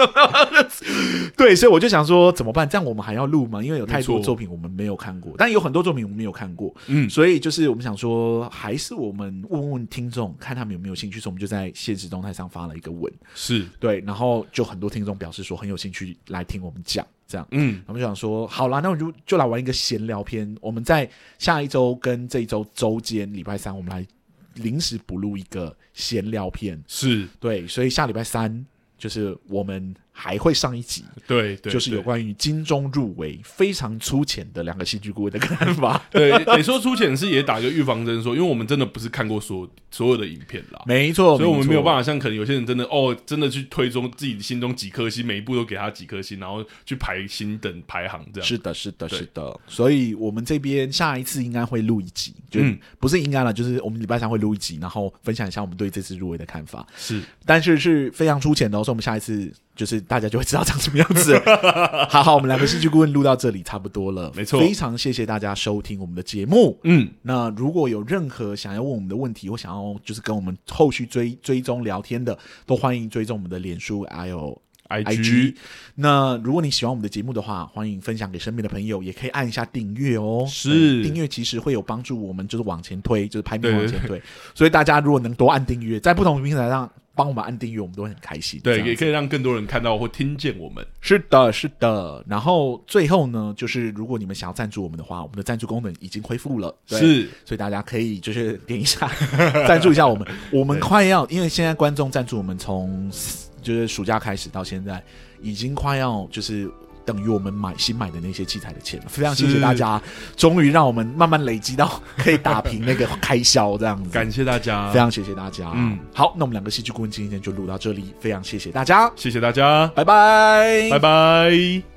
Speaker 3: 对，所以我就想说怎么办？这样我们还要录吗？因为有太多
Speaker 2: 没错
Speaker 3: 作品我们没有看过，但有很多作品我们没有看过，
Speaker 2: 嗯
Speaker 3: 所以就是我们想说，还是我们问问听众，看他们有没有兴趣，所以我们就在现实动态上发了一个文，
Speaker 2: 嗯是，
Speaker 3: 对，然后就很多听众表示说很有兴趣来听我们讲，这样。
Speaker 2: 嗯，
Speaker 3: 我们就想说，好啦，那我们就就来玩一个闲聊篇。我们在下一周跟这一周周间，礼拜三，我们来临时补录一个闲聊篇。
Speaker 2: 是
Speaker 3: 对，所以下礼拜三就是我们还会上一集，
Speaker 2: 对对，
Speaker 3: 就是有关 [LAUGHS] 于金钟入围非常粗浅的两个戏剧顾问的看
Speaker 2: [LAUGHS]
Speaker 3: 法。
Speaker 2: 对。对，得说粗浅是也打个预防针，说，因为我们真的不是看过所所有的影片啦，
Speaker 3: 没错，
Speaker 2: 所以我们没有办
Speaker 3: 法。
Speaker 2: 法像可能有些人真的哦，真的去推中自己心中几颗星，每一步都给他几颗星，然后去排星等排行这样。
Speaker 3: 是的，是的，
Speaker 2: 对
Speaker 3: 是的，所以我们这边下一次应该会录一集，就
Speaker 2: 嗯
Speaker 3: 不是应该了，就是我们礼拜三会录一集，然后分享一下我们对这次入围的看法。
Speaker 2: 是
Speaker 3: 但是是非常粗浅的、哦，所以我们下一次就是大家就会知道长什么样子了。
Speaker 2: [LAUGHS]
Speaker 3: 好好，我们两个戏剧顾问录到这里差不多了，
Speaker 2: 没错
Speaker 3: 非常谢谢大家收听我们的节目。
Speaker 2: 嗯，
Speaker 3: 那如果有任何想要问我们的问题，或想要就是跟我们后续追追踪聊天的，都欢迎追踪我们的脸书还有 IG。那如果你喜欢我们的节目的话，欢迎分享给身边的朋友，也可以按一下订阅哦。
Speaker 2: 是
Speaker 3: 对订阅其实会有帮助，我们就是往前推，就是排名
Speaker 2: 对
Speaker 3: 往
Speaker 2: 对
Speaker 3: 前推。所以大家如果能多按订阅，在不同的平台上帮我们按订阅，我们都会很开心。
Speaker 2: 对，
Speaker 3: 这样
Speaker 2: 也可以让更多人看到或听见我们。
Speaker 3: 是的，是的。然后最后呢，就是如果你们想要赞助我们的话，我们的赞助功能已经恢复了，对，
Speaker 2: 是
Speaker 3: 所以大家可以就是点
Speaker 2: [LAUGHS]
Speaker 3: 一下赞助一下我们。我们快要，因为现在观众赞助我们从就是暑假开始到现在，已经快要就是。等于我们买新买的那些器材的钱了，非常谢谢
Speaker 2: 是
Speaker 3: 大家，终于让我们慢慢累积到可以打平那个开销，这样子，
Speaker 2: 感谢大家
Speaker 3: 非，常谢谢大家。嗯
Speaker 2: 嗯，
Speaker 3: 好，那我们两个戏剧顾问今天就录到这里，非常谢谢大家，
Speaker 2: 谢谢大家，
Speaker 3: 拜拜，
Speaker 2: 拜拜。